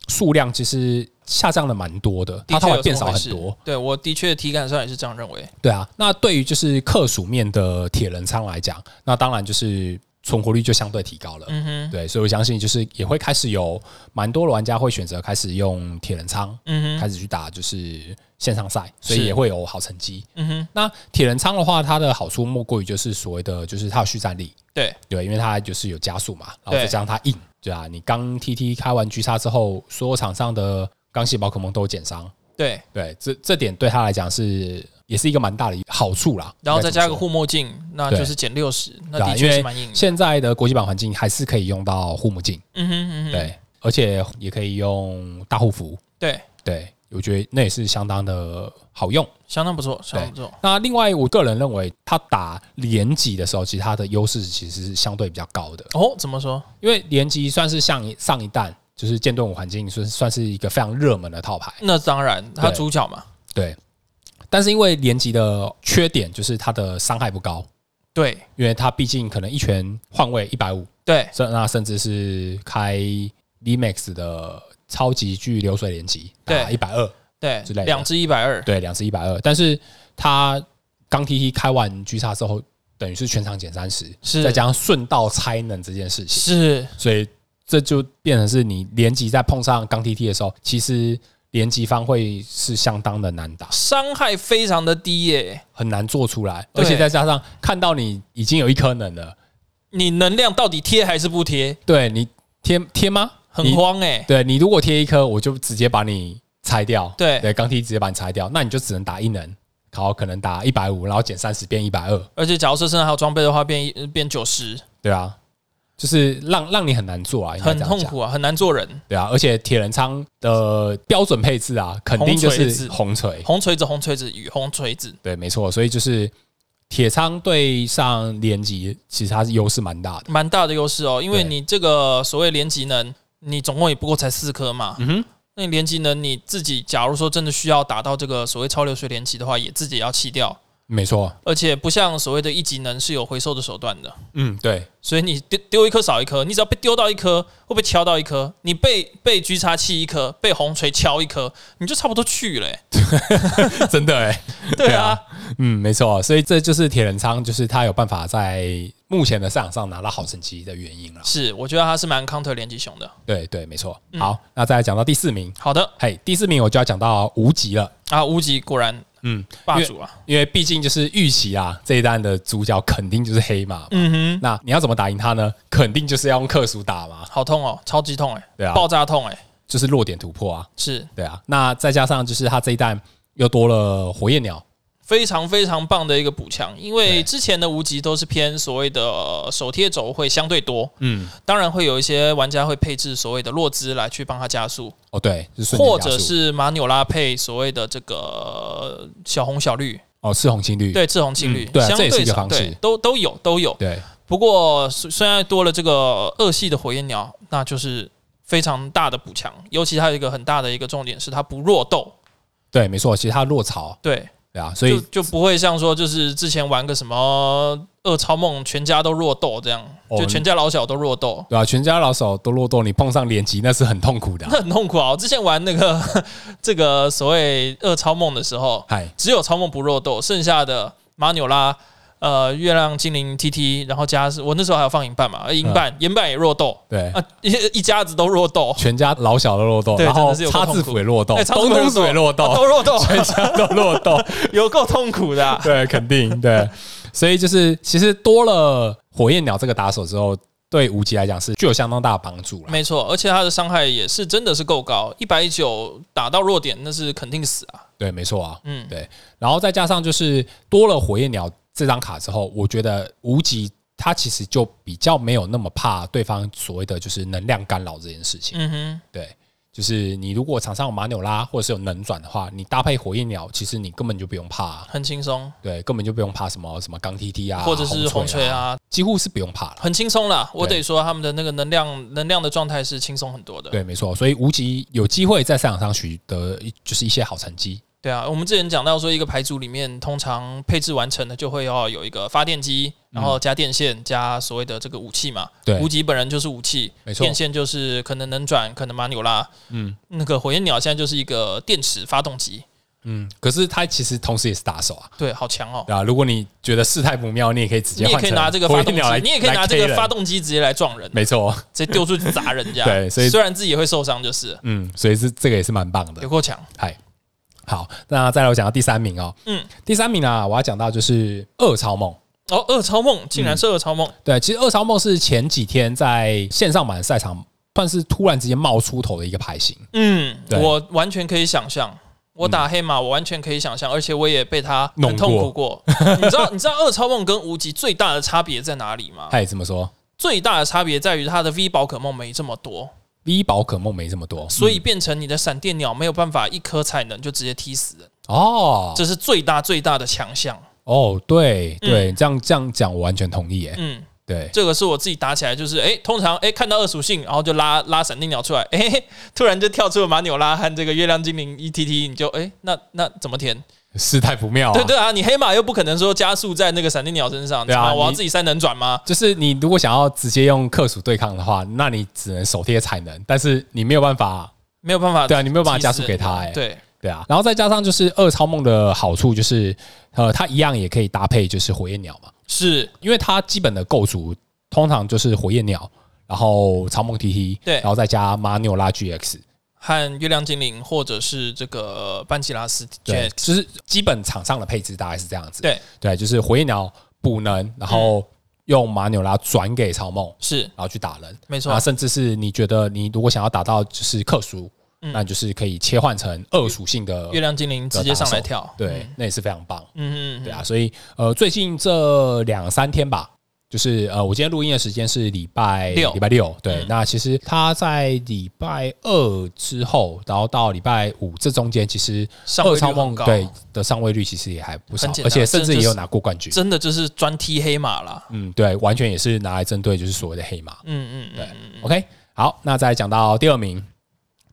Speaker 2: 数量，其实下降了蛮多的，
Speaker 1: 的确
Speaker 2: 它套牌
Speaker 1: 有
Speaker 2: 变
Speaker 1: 这
Speaker 2: 少
Speaker 1: 么回
Speaker 2: 很
Speaker 1: 事
Speaker 2: 多。。
Speaker 1: 对我的确体感上也是这样认为。
Speaker 2: 对啊，那对于就是克数面的铁人仓来讲，那当然就是存活率就相对提高了。
Speaker 1: 嗯哼，
Speaker 2: 对，所以我相信就是也会开始有蛮多的玩家会选择开始用铁人仓，
Speaker 1: 嗯哼，
Speaker 2: 开始去打就是线上赛，所以
Speaker 1: 是
Speaker 2: 也会有好成绩。
Speaker 1: 嗯哼，
Speaker 2: 那铁人仓的话，它的好处莫过于就是所谓的就是它有续战力，
Speaker 1: 对，
Speaker 2: 对，因为它就是有加速嘛，然后
Speaker 1: 对
Speaker 2: 再加上它硬，对啊，你刚 TT 开完狙杀之后，所有场上的钢系宝可梦都有减伤，
Speaker 1: 对，
Speaker 2: 对，这这点对他来讲是也是一个蛮大的好处啦。
Speaker 1: 然后再加
Speaker 2: 应该这
Speaker 1: 个
Speaker 2: 么说
Speaker 1: 护目镜，那
Speaker 2: 对
Speaker 1: 就是减六十，那
Speaker 2: 对啊
Speaker 1: 的确
Speaker 2: 因
Speaker 1: 是
Speaker 2: 为
Speaker 1: 蛮硬的。
Speaker 2: 现在的国际版环境还是可以用到护目镜，
Speaker 1: 嗯哼嗯哼，
Speaker 2: 对，而且也可以用大护符，
Speaker 1: 对，
Speaker 2: 对，我觉得那也是相当的好用。
Speaker 1: 相当不错，相当不错。
Speaker 2: 那另外，我个人认为他打连击的时候，其实他的优势其实是相对比较高的，
Speaker 1: 哦，怎么说？
Speaker 2: 因为连击算是像一上一弹。就是剑盾五环境算算是一个非常热门的套牌，
Speaker 1: 那当然，他
Speaker 2: 对
Speaker 1: 主角嘛，
Speaker 2: 对。但是因为连击的缺点就是它的伤害不高，
Speaker 1: 对
Speaker 2: 因为它毕竟可能一拳换位一百五，
Speaker 1: 对
Speaker 2: 甚那甚至是开 Limax 的超级巨流水连击，打
Speaker 1: 对
Speaker 2: 一百二，
Speaker 1: 对
Speaker 2: 之类，的
Speaker 1: 两只一百二，
Speaker 2: 对，两次一百二，但是他刚 T T 开完狙杀之后，等于是全场减三十，
Speaker 1: 是
Speaker 2: 再加上顺道拆能这件事情，
Speaker 1: 是
Speaker 2: 所以这就变成是你连击在碰上刚 T T 的时候，其实连击方会是相当的难打，
Speaker 1: 伤害非常的低耶、
Speaker 2: 很难做出来，
Speaker 1: 对
Speaker 2: 而且再加上看到你已经有一颗能了，
Speaker 1: 你能量到底贴还是不贴？
Speaker 2: 对你贴贴吗？
Speaker 1: 很
Speaker 2: 你
Speaker 1: 慌哎、
Speaker 2: 对你如果贴一颗，我就直接把你拆掉。
Speaker 1: 对
Speaker 2: 对，钢梯直接把你拆掉，那你就只能打一能，好，可能打一百五，然后减三十变一百二，
Speaker 1: 而且假如说身上还有装备的话，变一变九十，
Speaker 2: 对啊，就是让让你很难做啊，应该
Speaker 1: 很
Speaker 2: 这样
Speaker 1: 痛
Speaker 2: 讲，
Speaker 1: 苦啊，很难做人。
Speaker 2: 对啊，而且铁人仓的标准配置啊，肯定就
Speaker 1: 红锤子
Speaker 2: 是红锤，
Speaker 1: 红锤子，红锤子与红锤子，
Speaker 2: 对，没错，所以就是铁仓对上连级，其实它是优势蛮大的，
Speaker 1: 蛮大的优势哦。因为
Speaker 2: 对
Speaker 1: 你这个所谓连级能，你总共也不过才四颗嘛。
Speaker 2: 嗯哼，
Speaker 1: 那你连级能你自己，假如说真的需要打到这个所谓超流水连级的话，也自己也要弃掉。
Speaker 2: 没错，
Speaker 1: 而且不像所谓的一级能是有回收的手段的，
Speaker 2: 嗯，对，
Speaker 1: 所以你丢丢一颗少一颗，你只要被丢到一颗，会被敲到一颗，你被被狙叉气一颗，被红锤敲一颗，你就差不多去了欸、
Speaker 2: 真的哎、欸，
Speaker 1: 对啊，
Speaker 2: 嗯，没错，所以这就是铁人仓，就是他有办法在目前的赛场上拿到好成绩的原因了。
Speaker 1: 是，我觉得他是蛮 counter 连击熊的。
Speaker 2: 对对，没错。
Speaker 1: 嗯
Speaker 2: 好，那再来讲到第四名，
Speaker 1: 好的
Speaker 2: 嘿，第四名我就要讲到无极了，
Speaker 1: 啊，无极果然
Speaker 2: 嗯，
Speaker 1: 霸主啊，
Speaker 2: 因为毕竟就是预期啊，这一单的主角肯定就是黑马嘛。
Speaker 1: 嗯哼，
Speaker 2: 那你要怎么打赢他呢？肯定就是要用克数打嘛，
Speaker 1: 好痛哦，超级痛哎、
Speaker 2: 对啊
Speaker 1: 爆炸痛哎、
Speaker 2: 就是落点突破啊，
Speaker 1: 是
Speaker 2: 对啊。那再加上就是他这一单又多了火焰鸟，
Speaker 1: 非常非常棒的一个补强，因为
Speaker 2: 对
Speaker 1: 之前的无极都是偏所谓的呃手贴轴会相对多，
Speaker 2: 嗯，
Speaker 1: 当然会有一些玩家会配置所谓的洛兹来去帮他加速，
Speaker 2: 哦对，就是瞬间
Speaker 1: 或
Speaker 2: 加速
Speaker 1: 者是马纽拉配所谓的这个呃小红小绿，
Speaker 2: 哦赤红青绿，
Speaker 1: 对赤红青绿，
Speaker 2: 嗯对啊
Speaker 1: 相
Speaker 2: 这也是一个
Speaker 1: 上
Speaker 2: 方式
Speaker 1: 对都都有都有。
Speaker 2: 对
Speaker 1: 不过虽虽然多了这个恶系的火焰鸟，那就是非常大的补强，尤其它有一个很大的一个重点是它不弱斗，
Speaker 2: 对，没错，其实他落潮，
Speaker 1: 对，
Speaker 2: 对啊，所
Speaker 1: 就
Speaker 2: 以
Speaker 1: 就不会像说就是之前玩个什么恶超梦，全家都弱斗这样，
Speaker 2: 哦
Speaker 1: 就全家老小都弱斗。
Speaker 2: 对啊，全家老手都落斗，你碰上连击那是很痛苦的啊、
Speaker 1: 那很痛苦啊！我之前玩那个 这个所谓恶超梦的时候，
Speaker 2: 嗨，
Speaker 1: 只有超梦不弱斗，剩下的马纽拉、呃月亮精灵 TT，然后加我那时候还有放银半嘛，呃银半银半也弱斗
Speaker 2: 对，
Speaker 1: 啊，一一家子都弱斗，
Speaker 2: 全家老小都落斗，
Speaker 1: 对
Speaker 2: 然后
Speaker 1: 真的是有够
Speaker 2: 擦
Speaker 1: 痛苦
Speaker 2: 字符也落斗
Speaker 1: 哎，，
Speaker 2: 东东鼠也落
Speaker 1: 啊
Speaker 2: 斗，
Speaker 1: 都弱斗，
Speaker 2: 全家都落斗，
Speaker 1: 有够痛苦的 啊。
Speaker 2: 对，肯定对。所以就是其实多了火焰鸟这个打手之后，对无极来讲是具有相当大的帮助了。
Speaker 1: 没错，而且他的伤害也是真的是够高，一百九打到弱点那是肯定死啊。
Speaker 2: 对，没错啊。
Speaker 1: 嗯，
Speaker 2: 对然后再加上就是多了火焰鸟这张卡之后，我觉得无极他其实就比较没有那么怕对方所谓的就是能量干扰这件事情。
Speaker 1: 嗯哼，
Speaker 2: 对，就是你如果场上有马纽拉或者是有能转的话，你搭配火焰鸟，其实你根本就不用怕啊、
Speaker 1: 很轻松，
Speaker 2: 对，根本就不用怕什么什么钢 T T 啊，
Speaker 1: 或者是红
Speaker 2: 红
Speaker 1: 锤
Speaker 2: 锤，
Speaker 1: 啊，
Speaker 2: 几乎是不用怕了。
Speaker 1: 很轻松啦。我
Speaker 2: 对
Speaker 1: 得说他们的那个能量能量的状态是轻松很多的。
Speaker 2: 对，没错，所以无极有机会在赛场上取得一就是一些好成绩。
Speaker 1: 对啊，我们之前讲到说，一个牌组里面通常配置完成的就会要有一个发电机，然后加电线，加所谓的这个武器嘛。
Speaker 2: 嗯对
Speaker 1: 无极本人就是武器，
Speaker 2: 没错
Speaker 1: 电线就是可能能转，可能马纽拉。
Speaker 2: 嗯
Speaker 1: 那个火焰鸟现在就是一个电池发动机，
Speaker 2: 嗯，可是他其实同时也是打手啊，
Speaker 1: 对，好强哦。
Speaker 2: 对啊，如果你觉得事态不妙，你也可以直接
Speaker 1: 你也
Speaker 2: 换
Speaker 1: 可以
Speaker 2: 成
Speaker 1: 拿这个
Speaker 2: 火
Speaker 1: 发
Speaker 2: 焰
Speaker 1: 动机
Speaker 2: 鸟来，，
Speaker 1: 你也可以拿这
Speaker 2: 来 K
Speaker 1: 个
Speaker 2: 人
Speaker 1: 发，动机直接来撞人，
Speaker 2: 没错，
Speaker 1: 直接丢出去砸人家。
Speaker 2: 对所以
Speaker 1: 虽然自己也会受伤，就是
Speaker 2: 嗯，所以是这个也是蛮棒的
Speaker 1: 有。够强。
Speaker 2: 嗨，好，那再来我讲到第三名哦，
Speaker 1: 嗯，
Speaker 2: 第三名啊，我要讲到就是恶超梦。
Speaker 1: 哦，二超梦竟然是二超梦，
Speaker 2: 对，其实恶超梦是前几天在线上版赛场算是突然之间冒出头的一个牌型。
Speaker 1: 嗯，
Speaker 2: 对
Speaker 1: 我完全可以想象，我打黑马，我完全可以想象，而且我也被他很痛苦过。 你知道，你知道二超梦跟无极最大的差别在哪里吗？
Speaker 2: 他也这么说
Speaker 1: 最大的差别在于它的 V 宝可梦没这么多，
Speaker 2: ，V 宝可梦没这么多，
Speaker 1: 所以变成你的闪电鸟没有办法一颗才能就直接踢死人，
Speaker 2: 哦
Speaker 1: 这是最大最大的强项。
Speaker 2: 哦，对对，这样这样讲我完全同意耶。
Speaker 1: 嗯，
Speaker 2: 对
Speaker 1: 这个是我自己打起来，就是哎、诶通常哎、诶看到二属性，然后就拉拉闪电鸟出来， E 哎、突然就跳出了马纽拉和这个月亮精灵 ETT，你就哎、诶那那怎么填？
Speaker 2: 事态不妙、啊。
Speaker 1: 对对啊，你黑马又不可能说加速在那个闪电鸟身上，
Speaker 2: 对啊
Speaker 1: 我要
Speaker 2: 你
Speaker 1: 自己三能转吗？
Speaker 2: 就是你如果想要直接用克数对抗的话，那你只能手贴产能，但是你没有办法，
Speaker 1: 没有办法，
Speaker 2: 对啊，你没有办法加速给他、哎，
Speaker 1: 呃对，
Speaker 2: 对啊。然后再加上就是二超梦的好处就是，呃，它一样也可以搭配就是火焰鸟嘛，
Speaker 1: 是
Speaker 2: 因为它基本的构筑通常就是火焰鸟，然后超梦 TT，
Speaker 1: 对
Speaker 2: 然后再加马纽拉 GX，
Speaker 1: 和月亮精灵或者是这个班奇拉斯
Speaker 2: 对
Speaker 1: j，
Speaker 2: 就是基本场上的配置大概是这样子。
Speaker 1: 对，
Speaker 2: 对，就是火焰鸟补能，然
Speaker 1: 嗯
Speaker 2: 后用马纽拉转给超梦，
Speaker 1: 是
Speaker 2: 然后去打人。
Speaker 1: 没
Speaker 2: 那
Speaker 1: 错，
Speaker 2: 甚至是你觉得你如果想要打到就是克数，
Speaker 1: 嗯
Speaker 2: 那你就是可以切换成二属性的
Speaker 1: 月亮精灵直接上来跳，
Speaker 2: 对，那也是非常棒。
Speaker 1: 嗯，嗯嗯，
Speaker 2: 对啊，所以呃，最近这两三天吧，就是呃，我今天录音的时间是礼拜
Speaker 1: 六
Speaker 2: 礼拜六。对，
Speaker 1: 嗯
Speaker 2: 那其实他在礼拜二之后，然后到礼拜五这中间，其实
Speaker 1: 上位
Speaker 2: 二
Speaker 1: 率
Speaker 2: 超
Speaker 1: 很
Speaker 2: 梦
Speaker 1: 高
Speaker 2: 对的上位率其实也还不少
Speaker 1: 很简，单
Speaker 2: 而且甚至也
Speaker 1: 这就
Speaker 2: 有
Speaker 1: 是
Speaker 2: 拿过冠军。
Speaker 1: 真的就是专踢黑马啦，
Speaker 2: 嗯，对，完全也是拿来针对就是所谓的黑马。
Speaker 1: 嗯嗯，
Speaker 2: 对
Speaker 1: 嗯，
Speaker 2: OK，好，那再来讲到第二名，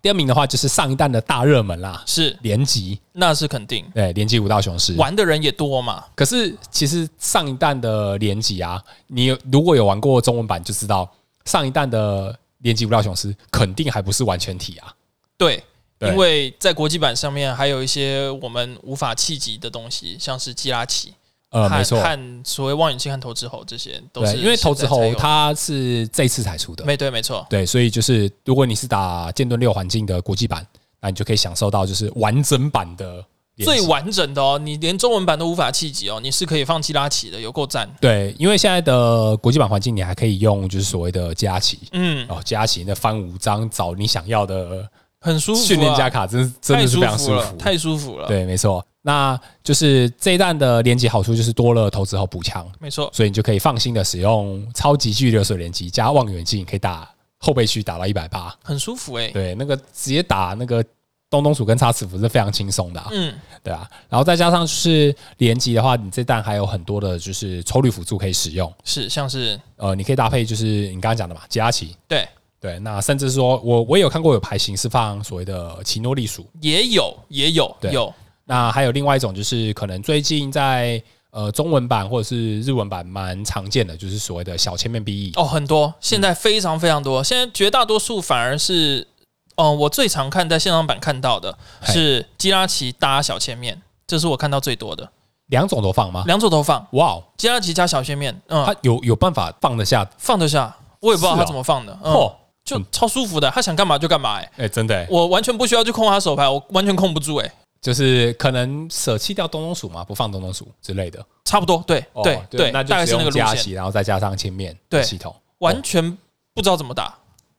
Speaker 2: 第二名的话就是上一弹的大热门啦，
Speaker 1: 是
Speaker 2: 连级，
Speaker 1: 那是肯定，
Speaker 2: 对，连级五道雄狮。
Speaker 1: 玩的人也多嘛，
Speaker 2: 可是其实上一弹的连级啊，你有如果有玩过中文版就知道，上一弹的连级五道雄狮肯定还不是完全体啊。
Speaker 1: 对。
Speaker 2: 对
Speaker 1: 因为在国际版上面还有一些我们无法企及的东西，像是基拉奇
Speaker 2: 呃，
Speaker 1: 和
Speaker 2: 没错，
Speaker 1: 和所谓望远镜和投掷猴这些都
Speaker 2: 对，
Speaker 1: 是
Speaker 2: 因为投掷猴
Speaker 1: 现在才有
Speaker 2: 它是这一次才出的，
Speaker 1: 没对没错，
Speaker 2: 对，所以就是如果你是打剑盾六环境的国际版，那你就可以享受到就是完整版的连级
Speaker 1: 最完整的哦，你连中文版都无法企及哦，你是可以放基拉奇的，有够赞。
Speaker 2: 对，因为现在的国际版环境，你还可以用就是所谓的加旗
Speaker 1: 嗯，
Speaker 2: 哦，加旗那翻五张找你想要的
Speaker 1: 很舒服、啊，
Speaker 2: 训练家卡，真是真的是非常
Speaker 1: 太舒
Speaker 2: 舒
Speaker 1: 服了，
Speaker 2: 服。
Speaker 1: 太舒服了。，
Speaker 2: 对，没错。那就是这一弹的连击好处就是多了投掷后补强，
Speaker 1: 没错，
Speaker 2: 所以你就可以放心的使用超级巨流水连击加望远镜，可以打后背区打到一百八。
Speaker 1: 很舒服哎、
Speaker 2: 对，那个直接打那个东东鼠跟叉齿斧是非常轻松的、啊。
Speaker 1: 嗯，
Speaker 2: 对啊，然后再加上就是连击的话，你这弹还有很多的就是抽率辅助可以使用。
Speaker 1: 是像是
Speaker 2: 呃，你可以搭配就是你刚刚讲的嘛，吉拉奇。
Speaker 1: 对
Speaker 2: 对，那甚至说我我也有看过有牌型是放所谓的奇诺利鼠，
Speaker 1: 也有也有
Speaker 2: 对
Speaker 1: 有
Speaker 2: 那还有另外一种就是可能最近在呃中文版或者是日文版蛮常见的，就是所谓的小千面 E BE。
Speaker 1: 哦，很多现在非常非常多，现在绝大多数反而是。嗯，我最常看在线上版看到的
Speaker 2: 嘿
Speaker 1: 是基拉奇搭小切面，这是我看到最多的
Speaker 2: 两种都放吗？
Speaker 1: 两种投放，
Speaker 2: 哇哦，
Speaker 1: 基拉奇加小切面，嗯，
Speaker 2: 它有有办法放得下
Speaker 1: 放得下，我也不知道
Speaker 2: 是
Speaker 1: 他
Speaker 2: 哦
Speaker 1: 怎么放的，嗯，
Speaker 2: 哦？
Speaker 1: 就超舒服的，他想干嘛就干嘛，哎，
Speaker 2: 哎、真的、欸，
Speaker 1: 我完全不需要去控他手牌，我完全控不住，哎，
Speaker 2: 就是可能舍弃掉东东鼠嘛，不放东东鼠之类的。
Speaker 1: 差不多，对
Speaker 2: 哦
Speaker 1: 对对，
Speaker 2: 那
Speaker 1: 大概
Speaker 2: 就是
Speaker 1: 那个
Speaker 2: 用加
Speaker 1: 路线，
Speaker 2: 旗，然后再加上切面
Speaker 1: 对
Speaker 2: 系统。
Speaker 1: 完全不知道怎么打，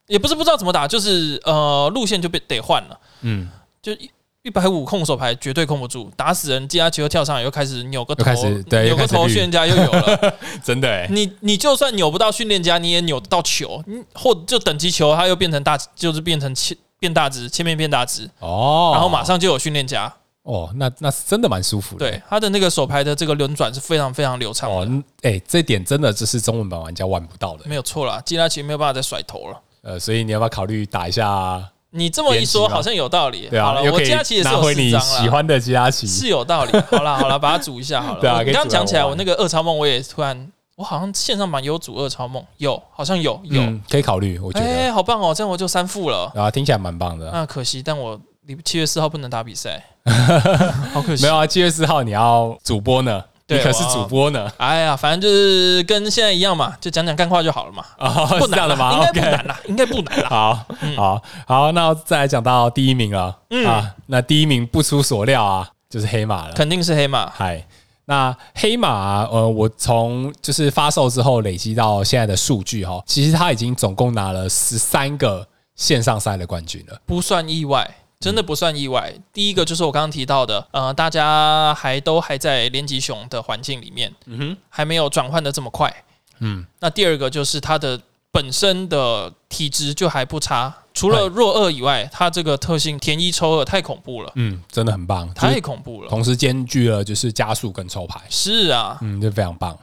Speaker 1: 也不是不知道怎么打，就是呃路线就被得换了，
Speaker 2: 嗯，
Speaker 1: 就一一百五控手牌绝对控不住，打死人，接下球又跳上来，又开始扭个头
Speaker 2: 又开始，对
Speaker 1: 扭
Speaker 2: 又
Speaker 1: 个
Speaker 2: 开始
Speaker 1: 头，
Speaker 2: 绿
Speaker 1: 训练家又有了。
Speaker 2: 真的哎、
Speaker 1: 你你就算扭不到训练家，你也扭得到球，你或就等级球，它又变成大，就是变成切变大值，切面变大值，
Speaker 2: 哦，
Speaker 1: 然后马上就有训练家。
Speaker 2: 哦，那那是真的蛮舒服的。
Speaker 1: 对，它的那个手牌的这个轮转是非常非常流畅
Speaker 2: 哦
Speaker 1: 的，，
Speaker 2: 嗯哎、这点真的就是中文版玩家玩不到的。
Speaker 1: 没有错啦，基拉奇没有办法再甩头了。
Speaker 2: 呃，所以你要不要考虑打一下？
Speaker 1: 你这么一
Speaker 2: 延
Speaker 1: 说，
Speaker 2: 期吗
Speaker 1: 好像有道理。
Speaker 2: 对
Speaker 1: 好
Speaker 2: 啊，
Speaker 1: 了，
Speaker 2: 又
Speaker 1: 我
Speaker 2: 可以
Speaker 1: 加起也是
Speaker 2: 拿
Speaker 1: 有
Speaker 2: 回
Speaker 1: 四
Speaker 2: 你
Speaker 1: 张啦
Speaker 2: 喜欢的加旗。
Speaker 1: 是有道 理。好啦好啦，把它煮一下好了。
Speaker 2: 对啊
Speaker 1: 我
Speaker 2: 可以
Speaker 1: 你刚刚讲起来，
Speaker 2: 煮来
Speaker 1: 我
Speaker 2: 玩
Speaker 1: 那个二超梦，我也突然，我好像线上版有煮二超梦，有，好像有有。
Speaker 2: 嗯，可以考虑，我觉
Speaker 1: 哎、
Speaker 2: 得
Speaker 1: 好棒哦，这样我就三副了。
Speaker 2: 啊，听起来蛮棒的。
Speaker 1: 那可惜，但我离七月四号不能打比赛，好可惜
Speaker 2: 没。有啊，七月四号你要主播呢，
Speaker 1: 对
Speaker 2: 你可是
Speaker 1: 我要
Speaker 2: 主播呢
Speaker 1: 哎呀，反正就是跟现在一样嘛，就讲讲干话就好了嘛，
Speaker 2: 啊，
Speaker 1: 不
Speaker 2: 是这
Speaker 1: 难
Speaker 2: 样
Speaker 1: 了
Speaker 2: 的吗
Speaker 1: 应该不
Speaker 2: ？OK，嗯
Speaker 1: 难啦，应该不难啦。
Speaker 2: 好好好，那再来讲到第一名了
Speaker 1: 嗯
Speaker 2: 啊，那第一名不出所料啊，就是黑马了。
Speaker 1: 肯定是黑马，
Speaker 2: 嗨，那黑马啊呃，我从就是发售之后累积到现在的数据哈，其实他已经总共拿了十三个线上赛的冠军了。
Speaker 1: 不算意外。真的不算意外。第一个就是我刚刚提到的，呃，大家还都还在连吉熊的环境里面，
Speaker 2: 嗯哼，
Speaker 1: 还没有转换的这么快。
Speaker 2: 嗯，
Speaker 1: 那第二个就是它的本身的体质就还不差，除了弱二以外，它这个特性填一抽二太恐怖了，
Speaker 2: 嗯，真的很棒，就是
Speaker 1: 太恐怖了。
Speaker 2: 同时兼具了就是加速跟抽牌，
Speaker 1: 是啊，
Speaker 2: 嗯，这非常棒。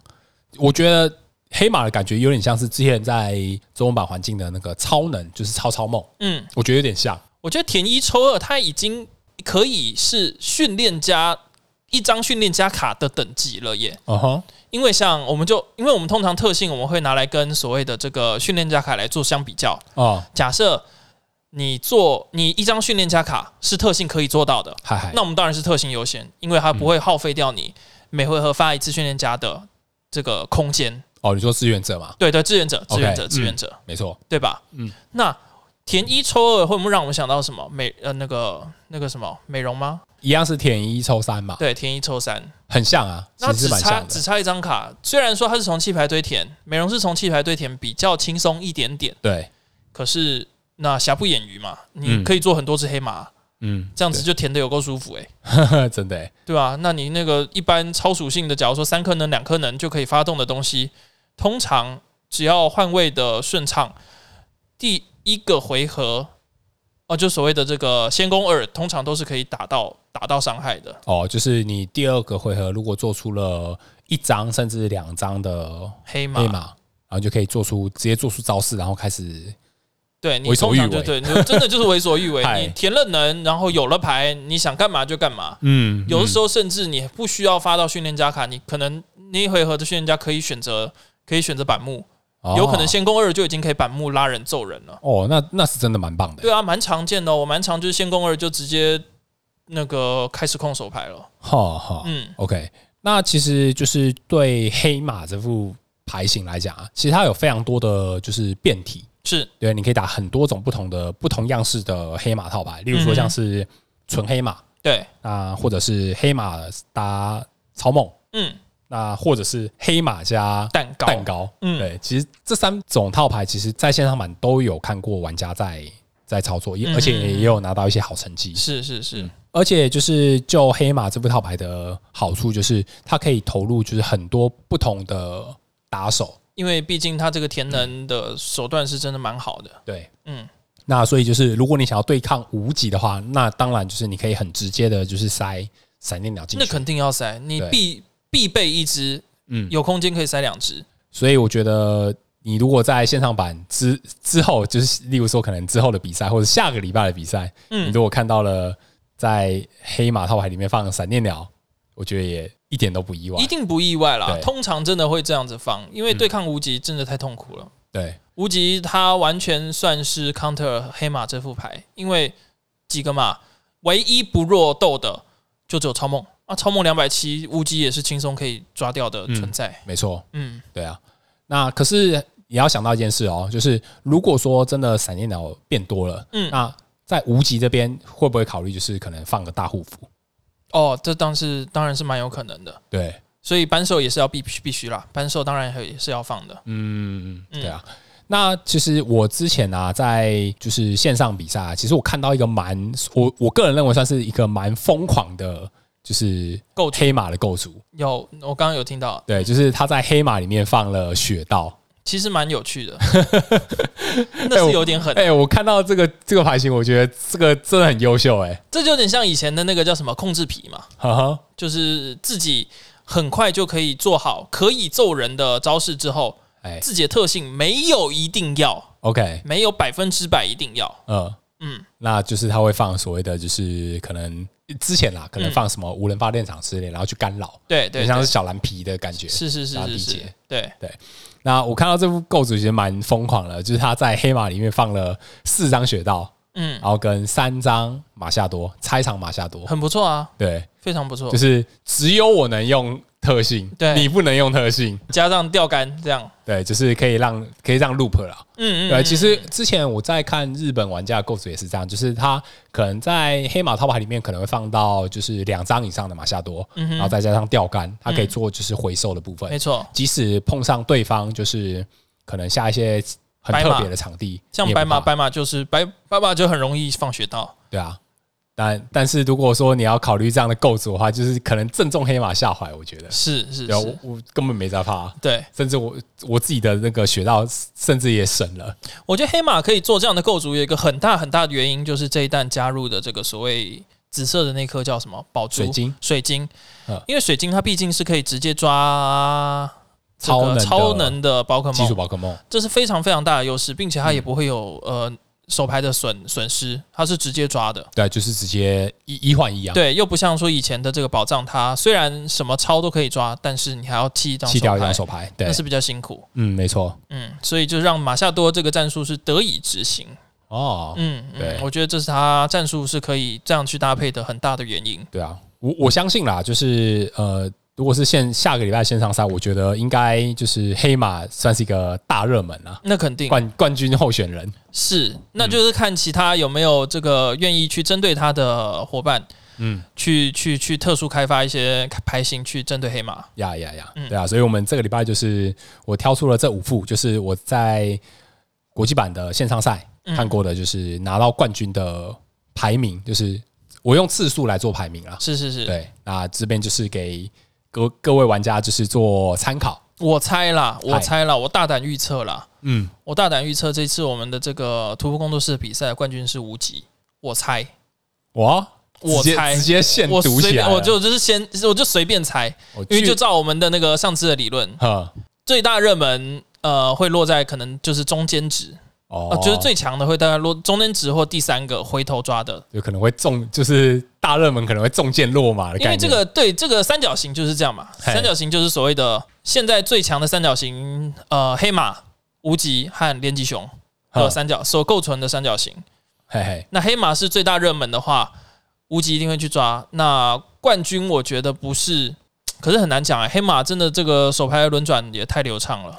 Speaker 2: 我觉得黑马的感觉有点像是之前在中文版环境的那个超能，就是超超梦，
Speaker 1: 嗯，
Speaker 2: 我觉得有点像。
Speaker 1: 我觉得填一抽二它已经可以是训练家一张训练家卡的等级了耶。
Speaker 2: 嗯哼，
Speaker 1: 因为像我们就，因为我们通常特性我们会拿来跟所谓的这个训练家卡来做相比较。
Speaker 2: 哦，
Speaker 1: 假设你做你一张训练家卡是特性可以做到的，
Speaker 2: 嗨嗨
Speaker 1: 那，我们当然是特性优先，因为它不会耗费掉你每回合发一次训练家的这个空间。
Speaker 2: 哦，你说志愿者嘛，
Speaker 1: 对对，志愿者，
Speaker 2: OK，
Speaker 1: 志愿者，
Speaker 2: 嗯
Speaker 1: 志愿者，
Speaker 2: 没错，
Speaker 1: 对吧？
Speaker 2: 嗯
Speaker 1: 嗯，那填一抽二会不会让我们想到什么美呃那个那个什么美容吗？
Speaker 2: 一样是填一抽三嘛，
Speaker 1: 对，填一抽三，
Speaker 2: 很像啊，其
Speaker 1: 那
Speaker 2: 实
Speaker 1: 只
Speaker 2: 蛮
Speaker 1: 差
Speaker 2: 像
Speaker 1: 只
Speaker 2: 的。
Speaker 1: 差一张卡，虽然说它是从弃牌堆填，美容是从弃牌堆填比较轻松一点点，
Speaker 2: 对，
Speaker 1: 可是那瑕不掩瑜嘛，你
Speaker 2: 嗯
Speaker 1: 可以做很多只黑马啊、
Speaker 2: 嗯，
Speaker 1: 这样子就填的有够舒服诶、
Speaker 2: 对 真的欸，
Speaker 1: 对吧、那你那个一般超属性的，假如说三颗能、两颗能就可以发动的东西，通常只要换位的顺畅，第一个回合，哦，就所谓的这个先攻二，通常都是可以打到打到伤害的。
Speaker 2: 哦，就是你第二个回合如果做出了一张甚至两张的
Speaker 1: 黑马，
Speaker 2: 黑马，然后就可以做出直接做出招式，然后开始
Speaker 1: 对你
Speaker 2: 为所
Speaker 1: 通
Speaker 2: 欲
Speaker 1: 常就
Speaker 2: 为。
Speaker 1: 对，你就真的就是为所欲为
Speaker 2: 嗨
Speaker 1: 你填了能，然后有了牌，你想干嘛就干嘛。
Speaker 2: 嗯
Speaker 1: 有的时候甚至你不需要发到训练家卡，你可能那一回合的训练家可以选择可以选择板木，
Speaker 2: 候
Speaker 1: 有可能先攻二就已经可以板木拉人揍人了。
Speaker 2: 哦，那那是真的蛮棒的欸，
Speaker 1: 对啊，蛮常见的哦、我蛮常就是先攻二就直接那个开始控手牌
Speaker 2: 哦
Speaker 1: 了。
Speaker 2: 哈哈，
Speaker 1: 嗯，
Speaker 2: OK，那其实就是对黑马这副牌型来讲啊，其实它有非常多的就是变体，
Speaker 1: 是
Speaker 2: 对，你可以打很多种不同的不同样式的黑马套牌，例如
Speaker 1: 嗯
Speaker 2: 说
Speaker 1: 哼
Speaker 2: 像是纯黑马，
Speaker 1: 对，
Speaker 2: 那或者是黑马搭超梦，
Speaker 1: 嗯，
Speaker 2: 那或者是黑马加
Speaker 1: 蛋糕，
Speaker 2: 蛋糕，
Speaker 1: 嗯
Speaker 2: 对，其实这三种套牌，其实在线上版都有看过玩家在在操作，也
Speaker 1: 嗯
Speaker 2: 而且
Speaker 1: 嗯嗯
Speaker 2: 也有拿到一些好成绩，
Speaker 1: 是是是，
Speaker 2: 而且就是就黑马这副套牌的好处，就是它可以投入就是很多不同的打手，
Speaker 1: 因为毕竟他这个填能的手段是真的蛮好的。
Speaker 2: 对，
Speaker 1: 嗯，
Speaker 2: 那所以就是如果你想要对抗无极的话，那当然就是你可以很直接的，就是塞闪电鸟进
Speaker 1: 那
Speaker 2: 去，
Speaker 1: 肯定要塞，你
Speaker 2: 对
Speaker 1: 必必备一只，
Speaker 2: 嗯，
Speaker 1: 有空间可以塞两只。
Speaker 2: 所以我觉得。你如果在线上版之之后，就是例如说，可能之后的比赛或者下个礼拜的比赛，你
Speaker 1: 嗯，
Speaker 2: 如果看到了在黑马套牌里面放闪电鸟，我觉得也一点都不意外
Speaker 1: 一。定不意外啦
Speaker 2: 对。
Speaker 1: 通常真的会这样子放，因为对抗无极真的太痛苦了。
Speaker 2: 对，
Speaker 1: 无极他完全算是 counter 黑马这副牌，因为几个嘛，唯一不弱斗的就只有超梦啊，超梦两百七，无极也是轻松可以抓掉的存在。
Speaker 2: 没错。
Speaker 1: 嗯，
Speaker 2: 对啊，那可是也要想到一件事哦，就是如果说真的闪电鸟变多了，
Speaker 1: 嗯
Speaker 2: 那在无极这边会不会考虑就是可能放个大护符？
Speaker 1: 哦，这当是当然是蛮有可能的，
Speaker 2: 对，
Speaker 1: 所以扳手也是要必须必须啦，扳手当然也是要放的。
Speaker 2: 嗯，
Speaker 1: 嗯
Speaker 2: 对啊。那其实我之前啊，在就是线上比赛啊、其实我看到一个蛮我我个人认为算是一个蛮疯狂的，就是
Speaker 1: 构筑
Speaker 2: 黑马的构筑。
Speaker 1: 有，我刚刚有听到，
Speaker 2: 对，就是他在黑马里面放了雪道。
Speaker 1: 其实蛮有趣 的，那是有点狠，
Speaker 2: 哎、我看到这个这个牌型，我觉得这个真的很优秀、哎，
Speaker 1: 这就有点像以前的那个叫什么控制皮嘛，
Speaker 2: 哈哈，
Speaker 1: 就是自己很快就可以做好可以揍人的招式之后，
Speaker 2: 哎
Speaker 1: 自己的特性没有一定要，
Speaker 2: ，OK，
Speaker 1: 没有百分之百一定要。
Speaker 2: 嗯，
Speaker 1: 嗯，
Speaker 2: 那就是他会放所谓的，就是可能之前啦，可能放什么无人发电厂之类，然后去干扰，
Speaker 1: 对
Speaker 2: 很
Speaker 1: 对
Speaker 2: 像
Speaker 1: 对
Speaker 2: 是小蓝皮的感觉。
Speaker 1: 是是
Speaker 2: 大家
Speaker 1: 是
Speaker 2: 理
Speaker 1: 是
Speaker 2: 解
Speaker 1: 是，对，
Speaker 2: 那我看到这副构筑其实蛮疯狂的，就是他在黑马里面放了四张雪道，
Speaker 1: 嗯
Speaker 2: 然，后跟三张马夏多拆场马夏多，
Speaker 1: 很不错啊，
Speaker 2: 对，
Speaker 1: 非常不错
Speaker 2: 哦就，是只有我能用特性，
Speaker 1: 对
Speaker 2: 你不能用特性，
Speaker 1: 加上钓竿这样，
Speaker 2: 对，就是可以让可以让 loop 啦。
Speaker 1: 嗯嗯，
Speaker 2: 对，
Speaker 1: 嗯
Speaker 2: 其实之前我在看日本玩家的构筑也是这样，就是他可能在黑马套牌里面可能会放到就是两张以上的马夏多，
Speaker 1: 嗯
Speaker 2: 然后
Speaker 1: 哼，
Speaker 2: 再加上钓竿，它可以做就是回收的部分。
Speaker 1: 嗯没错，
Speaker 2: 即使碰上对方就是可能下一些很
Speaker 1: 白马
Speaker 2: 特别的场地，
Speaker 1: 像
Speaker 2: 你也不
Speaker 1: 白马，
Speaker 2: 怕
Speaker 1: 白马就是白白马就很容易放学道，
Speaker 2: 对啊。但但是如果说你要考虑这样的构筑的话，就是可能正中黑马下怀，我觉得，
Speaker 1: 是是
Speaker 2: 对啊，我
Speaker 1: 是，
Speaker 2: 我根本没在怕，
Speaker 1: 对，
Speaker 2: 甚至我我自己的那个学到甚至也省了，
Speaker 1: 我觉得黑马可以做这样的构筑，有一个很大很大的原因，就是这一弹加入的这个所谓紫色的那颗叫什么宝珠
Speaker 2: 水晶
Speaker 1: 水晶
Speaker 2: 嗯，
Speaker 1: 因为水晶它毕竟是可以直接抓这
Speaker 2: 超能
Speaker 1: 个
Speaker 2: 的
Speaker 1: 超能的宝可
Speaker 2: 基础
Speaker 1: 梦，
Speaker 2: 宝可梦，嗯
Speaker 1: 这是非常非常大的优势，并且它也不会有呃手牌的损损失，它是直接抓的。
Speaker 2: 对，啊就是直接一一换一啊，
Speaker 1: 对，又不像说以前的这个宝藏，它虽然什么超都可以抓，但是你还要弃一张
Speaker 2: 弃掉一张
Speaker 1: 牌
Speaker 2: 手牌，对
Speaker 1: 那，是比较辛苦。
Speaker 2: 嗯，没错，
Speaker 1: 嗯，所以就让马夏多这个战术是得以执行。
Speaker 2: 哦，
Speaker 1: 嗯，嗯
Speaker 2: 对
Speaker 1: 我觉得这是他战术是可以这样去搭配的很大的原因。
Speaker 2: 对啊，我我相信啦，就是呃，如果是现下个礼拜线上赛，我觉得应该就是黑马算是一个大热门啊，
Speaker 1: 那肯定
Speaker 2: 冠冠军候选
Speaker 1: 嗯
Speaker 2: 人，
Speaker 1: 是，那
Speaker 2: 嗯
Speaker 1: 就是看其他有没有这个愿意去针对他的伙伴，
Speaker 2: 嗯，
Speaker 1: 去去去特殊开发一些牌型去针对黑马。
Speaker 2: 呀呀呀
Speaker 1: 嗯，
Speaker 2: 对啊，所以我们这个礼拜就是我挑出了这五副，就是我在国际版的线上赛
Speaker 1: 嗯
Speaker 2: 看过的，就是拿到冠军的排名，就是我用次数来做排名啊，
Speaker 1: 是是是，
Speaker 2: 对，那这边就是给各各位玩家就是做参考，
Speaker 1: 我猜啦，我
Speaker 2: 嗨
Speaker 1: 猜啦，我大胆预测啦，
Speaker 2: 嗯，
Speaker 1: 我大胆预测这次我们的这个徒步工作室的比赛冠军是无极，我猜，
Speaker 2: 我哦
Speaker 1: 我
Speaker 2: 直接
Speaker 1: 猜
Speaker 2: 直接现
Speaker 1: 我
Speaker 2: 读
Speaker 1: 随
Speaker 2: 起来
Speaker 1: 便，
Speaker 2: 了，
Speaker 1: 我就我就是先我就随便猜，
Speaker 2: 我
Speaker 1: 因为
Speaker 2: 巨
Speaker 1: 就照我们的那个上次的理论，
Speaker 2: 呵
Speaker 1: 最大热门呃会落在可能就是中间值，
Speaker 2: 哦
Speaker 1: 呃，就是最强的会大概落中间值或第三个回头抓的，
Speaker 2: 有可能会中，就是大热门可能会中箭落马的
Speaker 1: 因
Speaker 2: 概
Speaker 1: 为
Speaker 2: 念。
Speaker 1: 这个对这个三角形就是这样嘛，
Speaker 2: 哎嘿
Speaker 1: 三角形就是所谓的现在最强的三角形，呃，黑马、无极和连击熊的
Speaker 2: 呵
Speaker 1: 三角所构成的三角形。
Speaker 2: 嘿嘿
Speaker 1: 那黑马是最大热门的话，无极一定会去抓。那冠军我觉得不是，可是很难讲哎、黑马真的这个手牌轮转也太流 畅了，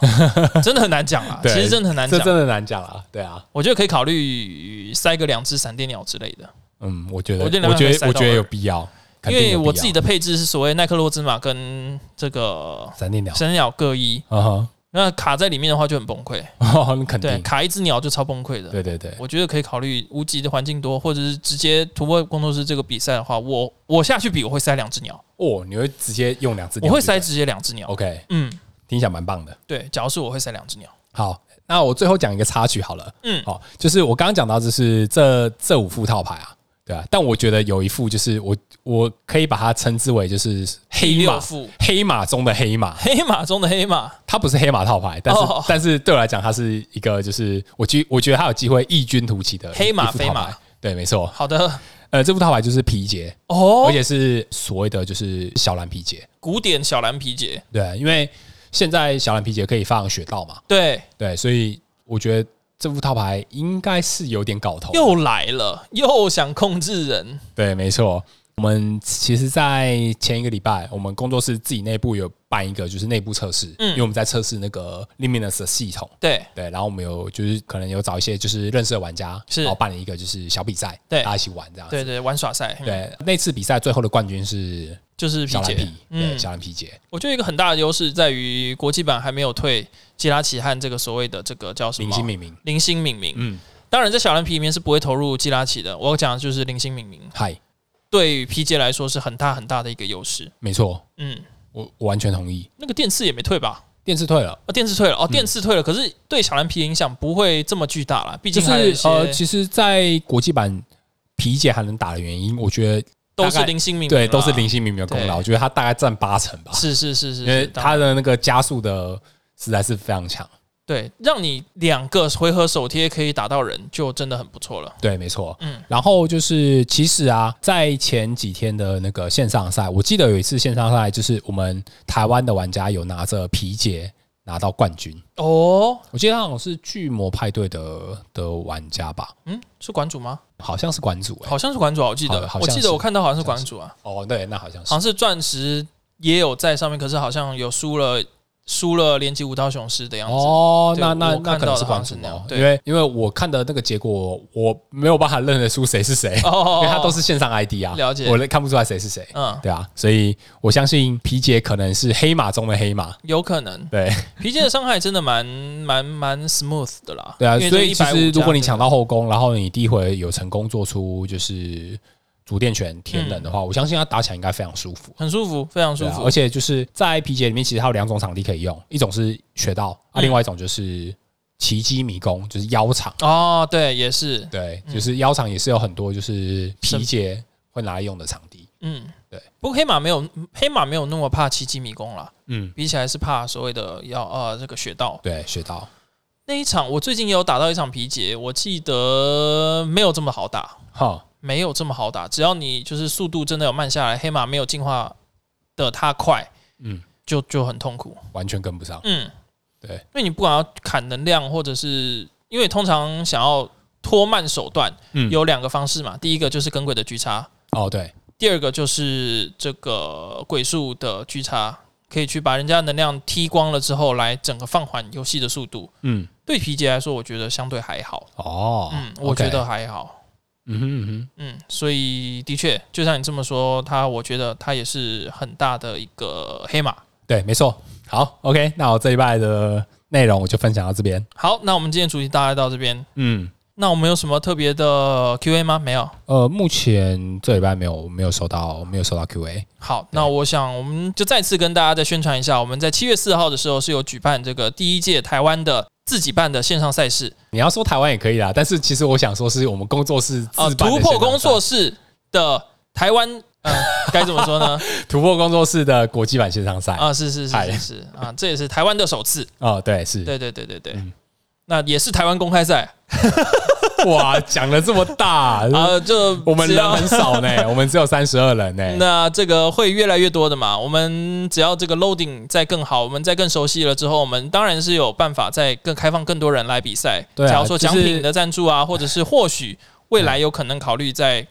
Speaker 1: 真的很难讲啊。其
Speaker 2: 对
Speaker 1: 实真的很难
Speaker 2: 这
Speaker 1: 讲，
Speaker 2: 真的难讲啊，对啊，
Speaker 1: 我觉得可以考虑塞个两只闪电鸟之类的。
Speaker 2: 嗯，我觉得，
Speaker 1: 我
Speaker 2: 我
Speaker 1: 觉得
Speaker 2: 觉得，
Speaker 1: 两
Speaker 2: 我
Speaker 1: 个
Speaker 2: 觉
Speaker 1: 可以塞
Speaker 2: 得
Speaker 1: 到二
Speaker 2: 有必要，肯
Speaker 1: 因
Speaker 2: 定
Speaker 1: 为
Speaker 2: 有必
Speaker 1: 我
Speaker 2: 要
Speaker 1: 自己的配置是所谓耐克洛兹玛跟这个
Speaker 2: 闪电鸟，
Speaker 1: 神鸟各一，
Speaker 2: 啊哈，
Speaker 1: 那卡在里面的话就很崩溃，
Speaker 2: 哦那肯
Speaker 1: 对，
Speaker 2: 定，
Speaker 1: 卡一只鸟就超崩溃的。
Speaker 2: 对对对，
Speaker 1: 我觉得可以考虑无极的环境多，或者是直接突破工作室这个比赛的话，我我下去比我会塞两只鸟，
Speaker 2: 哦，你会直接用两只，
Speaker 1: 我会塞直接两只鸟。
Speaker 2: ，OK，
Speaker 1: 嗯，
Speaker 2: 听起来蛮棒的。
Speaker 1: 对，假如是我会塞两只鸟，
Speaker 2: 好，那我最后讲一个插曲好了，
Speaker 1: 嗯
Speaker 2: 好，就是我刚刚讲到，就是这这五副套牌啊，对啊，但我觉得有一副就是我我可以把它称之为就是
Speaker 1: 第
Speaker 2: 黑
Speaker 1: 六
Speaker 2: 马，
Speaker 1: 副
Speaker 2: 黑马中的黑马，
Speaker 1: 黑马中的黑马，
Speaker 2: 它不是黑马套牌，但是、
Speaker 1: 哦
Speaker 2: 但是对我来讲，它是一个就是我觉我觉得它有机会异军突起的
Speaker 1: 黑马
Speaker 2: 一副套牌
Speaker 1: 飞马
Speaker 2: 对，没错。
Speaker 1: 好的
Speaker 2: 呃，这副套牌就是皮杰，
Speaker 1: 哦
Speaker 2: 而，且是所谓的就是小蓝皮杰。
Speaker 1: 古典小蓝皮杰，
Speaker 2: 对，啊因为现在小蓝皮杰可以放雪道嘛，
Speaker 1: 对，
Speaker 2: 对，所以我觉得这副套牌应该是有点搞头。
Speaker 1: 又来了，又想控制人，
Speaker 2: 对，没错。我们其实，在前一个礼拜，我们工作室自己内部有办一个就是内部测试，
Speaker 1: 嗯
Speaker 2: 因为我们在测试那个 Luminous 的系统。
Speaker 1: 对
Speaker 2: 对，然后我们有就是可能有找一些就是认识的玩家，
Speaker 1: 是
Speaker 2: 然后办了一个就是小比赛，
Speaker 1: 对
Speaker 2: 大家一起玩这样子。
Speaker 1: 对对，玩耍赛，嗯，
Speaker 2: 啊对，那次比赛最后的冠军是
Speaker 1: 就是皮
Speaker 2: 小蓝
Speaker 1: 杰
Speaker 2: 皮，，
Speaker 1: 嗯
Speaker 2: 对，，小蓝皮姐
Speaker 1: 我觉得一个很大的优势在于国际版还没有退基拉奇和这个所谓的这个叫什么
Speaker 2: 明星命名，
Speaker 1: 零星敏明。
Speaker 2: 嗯，
Speaker 1: 当然，在小蓝皮里面是不会投入基拉奇的。我讲的就是零星敏明，
Speaker 2: 嗨，
Speaker 1: 对于 PJ 来说是很大很大的一个优势。
Speaker 2: 没错，
Speaker 1: 嗯，
Speaker 2: 我我完全同意。
Speaker 1: 那个电刺也没退吧？
Speaker 2: 电视退了，
Speaker 1: 哦，电刺退了，
Speaker 2: 嗯
Speaker 1: 哦，电刺退了，可是对小蓝皮的影响不会这么巨大啦，毕
Speaker 2: 就
Speaker 1: 竟还有一
Speaker 2: 是
Speaker 1: 些
Speaker 2: 呃，其实，在国际版皮姐还能打的原因，我觉得
Speaker 1: 都是
Speaker 2: 大概
Speaker 1: 零星敏明，
Speaker 2: 对都是林，星明明的功劳，
Speaker 1: 对
Speaker 2: 我觉得他大概占八成吧，
Speaker 1: 是是是是，
Speaker 2: 因为
Speaker 1: 是当
Speaker 2: 他的那个加速的实在是非常强。
Speaker 1: 对让你两个回合手贴可以打到人，就真的很不错了。
Speaker 2: 对，没错。
Speaker 1: 嗯
Speaker 2: 嗯，然后就是其实啊，在前几天的那个线上赛，我记得有一次线上赛，就是我们台湾的玩家有拿着皮杰拿到冠军。
Speaker 1: 哦，
Speaker 2: 我记得他好像是巨魔派对的的玩家吧，
Speaker 1: 嗯，是馆主吗？
Speaker 2: 好像是馆主、欸。
Speaker 1: 好像是馆主啊，我记得
Speaker 2: 好，好
Speaker 1: 我
Speaker 2: 像
Speaker 1: 记得
Speaker 2: 是
Speaker 1: 我看到好像是馆主啊，
Speaker 2: 哦，对，那好像是
Speaker 1: 好像是钻石也有在上面，可是好像有输了，输了连击五道雄狮的样子。
Speaker 2: 哦，
Speaker 1: 对
Speaker 2: 那那
Speaker 1: 我看
Speaker 2: 那可
Speaker 1: 到
Speaker 2: 能
Speaker 1: 的
Speaker 2: 是
Speaker 1: 好
Speaker 2: 馆
Speaker 1: 像是
Speaker 2: 主
Speaker 1: 那样
Speaker 2: 哦，
Speaker 1: 对
Speaker 2: 因为因为我看的那个结果，我没有办法认得出谁是谁，
Speaker 1: 哦
Speaker 2: 因为他都是线上 ID 啊，
Speaker 1: 了解
Speaker 2: 我看不出来谁是谁，
Speaker 1: 嗯，
Speaker 2: 对啊，所以我相信皮杰可能是黑马中的黑马，
Speaker 1: 有可能
Speaker 2: 对。
Speaker 1: 皮筋的伤害真的蛮蛮蛮 smooth 的啦。
Speaker 2: 对啊，
Speaker 1: 因为
Speaker 2: 所以
Speaker 1: 这
Speaker 2: 其
Speaker 1: 150
Speaker 2: 实如果你
Speaker 1: 加
Speaker 2: 抢到后宫，然后你第一回有成功做出就是主电权天冷的话，我相信他打起来应该非常舒服。
Speaker 1: 很舒服，非常嗯
Speaker 2: 对
Speaker 1: 舒
Speaker 2: 啊，
Speaker 1: 服，
Speaker 2: 而且就是在皮杰里面，其实它有两种场地可以用，一种是雪道，啊，
Speaker 1: 嗯
Speaker 2: 另外一种就是奇迹迷宫，就是腰场。
Speaker 1: 哦，对，也是，
Speaker 2: 对，
Speaker 1: 嗯
Speaker 2: 就是腰场也是有很多就是皮杰会拿来用的场地。
Speaker 1: 嗯，
Speaker 2: 对。
Speaker 1: 不过黑马没有黑马没有那么怕奇迹迷宫啦，
Speaker 2: 嗯，
Speaker 1: 比起来是怕所谓的要呃这个雪道。
Speaker 2: 对，雪道
Speaker 1: 那一场我最近也有打到一场皮杰，我记得没有这么好打，
Speaker 2: 哈，
Speaker 1: 没有这么好打。只要你就是速度真的有慢下来，黑马没有进化的它快，
Speaker 2: 嗯，
Speaker 1: 就就很痛苦。
Speaker 2: 完全跟不上。
Speaker 1: 嗯，因
Speaker 2: 对，
Speaker 1: 为你不管要砍能量，或者是因为通常想要拖慢手段，
Speaker 2: 嗯
Speaker 1: 有两个方式嘛。第一个就是跟鬼的狙差，
Speaker 2: 哦，对，
Speaker 1: 第二个就是这个鬼术的狙差，可以去把人家能量踢光了之后，来整个放缓游戏的速度。
Speaker 2: 嗯，
Speaker 1: 对皮杰来说，我觉得相对还好。
Speaker 2: 哦，
Speaker 1: 嗯，我觉
Speaker 2: OK
Speaker 1: 得还好。
Speaker 2: 嗯哼嗯哼，
Speaker 1: 嗯，所以的确，就像你这么说，他我觉得他也是很大的一个黑马。
Speaker 2: 对，没错。好，OK，那我这一拜的内容我就分享到这边。
Speaker 1: 好，那我们今天主题大概到这边。
Speaker 2: 嗯，
Speaker 1: 那我们有什么特别的 Q&A 吗？没有。
Speaker 2: 呃，目前这礼拜没有没有收到没有收到 Q&A。
Speaker 1: 好，那我想我们就再次跟大家再宣传一下，我们在七月四号的时候是有举办这个第一届台湾的自己办的线上赛事
Speaker 2: 你要说台湾也可以啦，但是其实我想说是我们工作室
Speaker 1: 啊、
Speaker 2: 自办的
Speaker 1: 突破
Speaker 2: 线上
Speaker 1: 工作
Speaker 2: 赛
Speaker 1: 室的台湾，呃，该怎么说 呢？
Speaker 2: 突破工作室的国际版线上赛。
Speaker 1: 啊、是是是
Speaker 2: 哎
Speaker 1: 是是啊，这也是台湾的首次，
Speaker 2: 哦，对，是
Speaker 1: 对对对对对，
Speaker 2: 嗯
Speaker 1: 那也是台湾公开赛
Speaker 2: 哇，讲的这么大，
Speaker 1: 啊，就
Speaker 2: 嗯我们
Speaker 1: 只
Speaker 2: 人
Speaker 1: 要
Speaker 2: 很少呢，我们只有三十二人 呢。
Speaker 1: 那这个会越来越多的嘛，我们只要这个 loading 再更好，我们再更熟悉了之后，我们当然是有办法再更开放更多人来比赛。
Speaker 2: 对啊
Speaker 1: 假如说奖
Speaker 2: 就
Speaker 1: 品
Speaker 2: 是
Speaker 1: 的赞助啊，或者是或 许未来有可能考虑再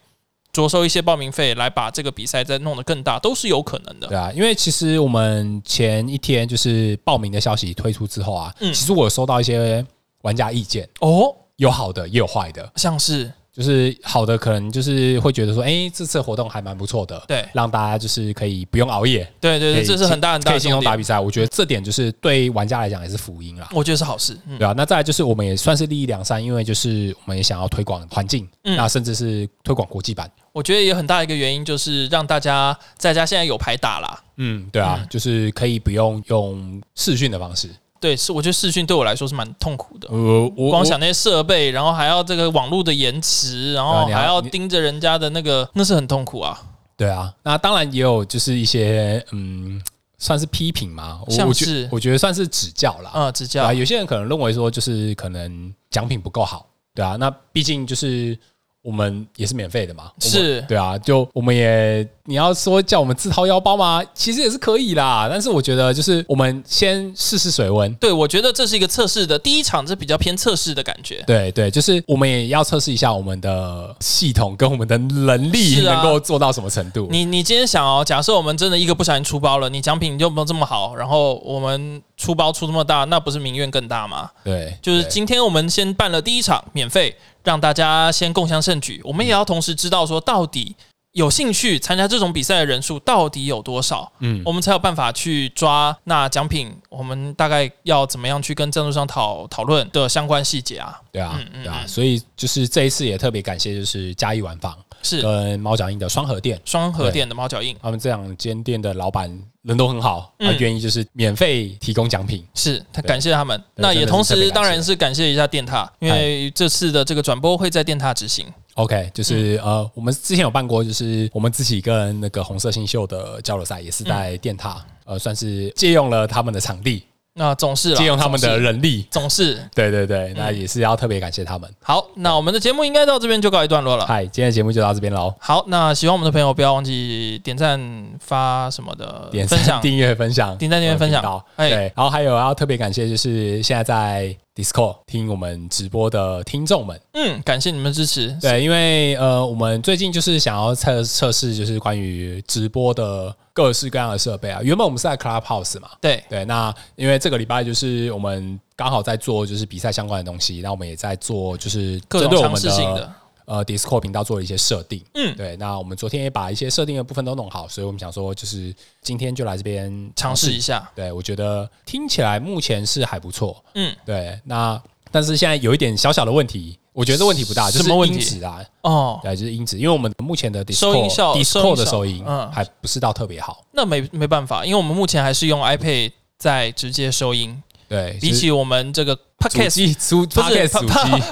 Speaker 1: 着收一些报名费，来把这个比赛再弄得更大，都是有可能的。
Speaker 2: 对啊，因为其实我们前一天就是报名的消息推出之后啊，
Speaker 1: 嗯
Speaker 2: 其实我有收到一些玩家意见，
Speaker 1: 哦，
Speaker 2: 有好的也有坏的，
Speaker 1: 像是
Speaker 2: 就是好的可能就是会觉得说，哎、这次活动还蛮不错的，
Speaker 1: 对
Speaker 2: 让大家就是可以不用熬夜，
Speaker 1: 对对
Speaker 2: 可
Speaker 1: 对，
Speaker 2: 以
Speaker 1: 这是很大很大
Speaker 2: 可
Speaker 1: 的
Speaker 2: 以轻松
Speaker 1: 重
Speaker 2: 打
Speaker 1: 点，
Speaker 2: 比赛。我觉得这点就是对玩家来讲也是福音啦。
Speaker 1: 我觉得是好事。嗯
Speaker 2: 对啊，那再来就是我们也算是利益两善，因为就是我们也想要推广环境，
Speaker 1: 嗯
Speaker 2: 那甚至是推广国际版。
Speaker 1: 我觉得也很大一个原因就是让大家在家现在有牌打啦。
Speaker 2: 嗯，对啊，就是可以不用用视讯的方式。
Speaker 1: 对，是我觉得视讯对我来说是蛮痛苦的。
Speaker 2: 呃，我
Speaker 1: 光想那些设备，然后还要这个网络的延迟，然后
Speaker 2: 对啊
Speaker 1: 还
Speaker 2: 你要
Speaker 1: 要
Speaker 2: 你
Speaker 1: 盯着人家的那个，那是很痛苦啊。
Speaker 2: 对啊，那当然也有就是一些嗯，算是批评嘛，我
Speaker 1: 像
Speaker 2: 我觉
Speaker 1: 是
Speaker 2: 我觉得算是指教啦。
Speaker 1: 啊，指
Speaker 2: 对
Speaker 1: 教
Speaker 2: 啊，有些人可能认为说就是可能奖品不够好，对啊，那毕竟就是我们也是免费的嘛，我们
Speaker 1: 是
Speaker 2: 对啊，就我们也你要说叫我们自掏腰包吗？其实也是可以啦，但是我觉得就是我们先试试水温。
Speaker 1: 对，我觉得这是一个测试的第一场，是比较偏测试的感觉。
Speaker 2: 对对，就是我们也要测试一下我们的系统跟我们的能力
Speaker 1: 是啊
Speaker 2: 能够做到什么程度。
Speaker 1: 你你今天想哦，假设我们真的一个不小心出包了，你奖品就没有这么好，然后我们出包出这么大，那不是民怨更大吗？
Speaker 2: 对，
Speaker 1: 就是
Speaker 2: 对
Speaker 1: 今天我们先办了第一场免费，让大家先共襄盛举。我们也要同时知道说，到底有兴趣参加这种比赛的人数到底有多少，
Speaker 2: 嗯
Speaker 1: 我们才有办法去抓那奖品。我们大概要怎么样去跟赞助商讨讨论的相关细节啊？
Speaker 2: 对啊
Speaker 1: 嗯，嗯
Speaker 2: 对啊，
Speaker 1: 嗯
Speaker 2: 所以就是这一次也特别感谢就是嘉义玩坊
Speaker 1: 是
Speaker 2: 跟猫脚印的双核店，
Speaker 1: 双核店的猫脚印
Speaker 2: 他们这两间店的老板人都很好，
Speaker 1: 嗯
Speaker 2: 啊，愿意就是免费提供奖品。
Speaker 1: 是，他感谢他们。
Speaker 2: 对
Speaker 1: 那也同
Speaker 2: 真的
Speaker 1: 时
Speaker 2: 是特别感谢
Speaker 1: 当然是感谢一下电塔，因为这次的这个转播会在电塔执行。
Speaker 2: OK，就是
Speaker 1: 嗯
Speaker 2: 呃，我们之前有办过，就是我们自己跟那个红色新秀的交流赛，也是在电塔，呃，算是借用了他们的场地，
Speaker 1: 那总嗯是啦嗯
Speaker 2: 借用他们的人力。
Speaker 1: 总是。总是
Speaker 2: 对对对，那也是要特别感谢他们。
Speaker 1: 好，那我们的节目应该到这边就告一段落了。
Speaker 2: 嗨，今天的节目就到这边喽，
Speaker 1: 好，那喜欢我们的朋友不要忘记点赞、发什么的，
Speaker 2: 点
Speaker 1: 分
Speaker 2: 赞、
Speaker 1: 享。
Speaker 2: 订阅、分享、
Speaker 1: 点赞订阅分享
Speaker 2: 我们频道
Speaker 1: 哎
Speaker 2: 对，然后还有要特别感谢，就是现在在 Discord 听我们直播的听众们，
Speaker 1: 嗯，感谢你们的支持。
Speaker 2: 对，因为呃，我们最近就是想要测测试，就是关于直播的各式各样的设备啊。原本我们是在 Clubhouse 嘛，
Speaker 1: 对，
Speaker 2: 对，那因为这个礼拜就是我们刚好在做就是比赛相关的东西，那我们也在做就是
Speaker 1: 各
Speaker 2: 针
Speaker 1: 种
Speaker 2: 对我
Speaker 1: 尝
Speaker 2: 们
Speaker 1: 试性
Speaker 2: 的
Speaker 1: 的，
Speaker 2: 呃 Discord 频道做了一些设定。
Speaker 1: 嗯，
Speaker 2: 对，那我们昨天也把一些设定的部分都弄好，所以我们想说，就是今天就来这边
Speaker 1: 尝试一。下。
Speaker 2: 对，我觉得听起来目前是还不错。
Speaker 1: 嗯，
Speaker 2: 对，那但是现在有一点小小的问题，我觉得这问题不大，就
Speaker 1: 什
Speaker 2: 是
Speaker 1: 么问
Speaker 2: 音
Speaker 1: 题
Speaker 2: 质啊，
Speaker 1: 哦，
Speaker 2: 对，就是音质，因为我们目前的 Discord
Speaker 1: 收音效收
Speaker 2: Discord
Speaker 1: 音
Speaker 2: 的
Speaker 1: 效
Speaker 2: 收音，
Speaker 1: 嗯
Speaker 2: 还不是到特别好。
Speaker 1: 那没没办法，因为我们目前还是用 iPad 在直接收音，
Speaker 2: 对，
Speaker 1: 比
Speaker 2: 就是
Speaker 1: 起我们这个
Speaker 2: 主
Speaker 1: Podcast，
Speaker 2: 机主
Speaker 1: 不是
Speaker 2: Podcast 主机，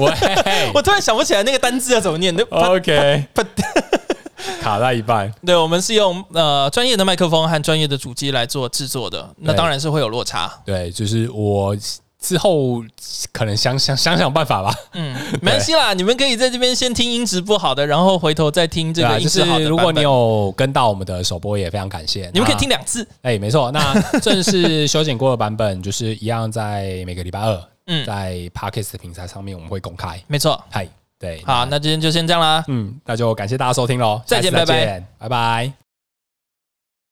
Speaker 2: 喂
Speaker 1: 我突然想不起来那个单字要怎么念。那
Speaker 2: 哦，OK，卡在一半。
Speaker 1: 对，我们是用呃专业的麦克风和专业的主机来做制作的，那
Speaker 2: 对
Speaker 1: 当然是会有落差。
Speaker 2: 对，就是我之后可能想想想想办法吧。
Speaker 1: 嗯，没关系啦，你们可以在这边先听音质不好的，然后回头再听这
Speaker 2: 对啊，
Speaker 1: 个音
Speaker 2: 就
Speaker 1: 质
Speaker 2: 是
Speaker 1: 好的版本。
Speaker 2: 如果你有跟到我们的首播，也非常感谢。
Speaker 1: 你们可以
Speaker 2: 那
Speaker 1: 听两次。
Speaker 2: 哎，没错， 那正式修剪过的版本就是一样，在每个礼拜二，
Speaker 1: 嗯
Speaker 2: 在 Parkes 的平台上面我们会公开。
Speaker 1: 没错，
Speaker 2: 嗨，对，
Speaker 1: 好，那今天就先这样啦。
Speaker 2: 嗯，那就感谢大家收听喽，
Speaker 1: 再见
Speaker 2: 下次
Speaker 1: 拜拜
Speaker 2: 见，拜拜。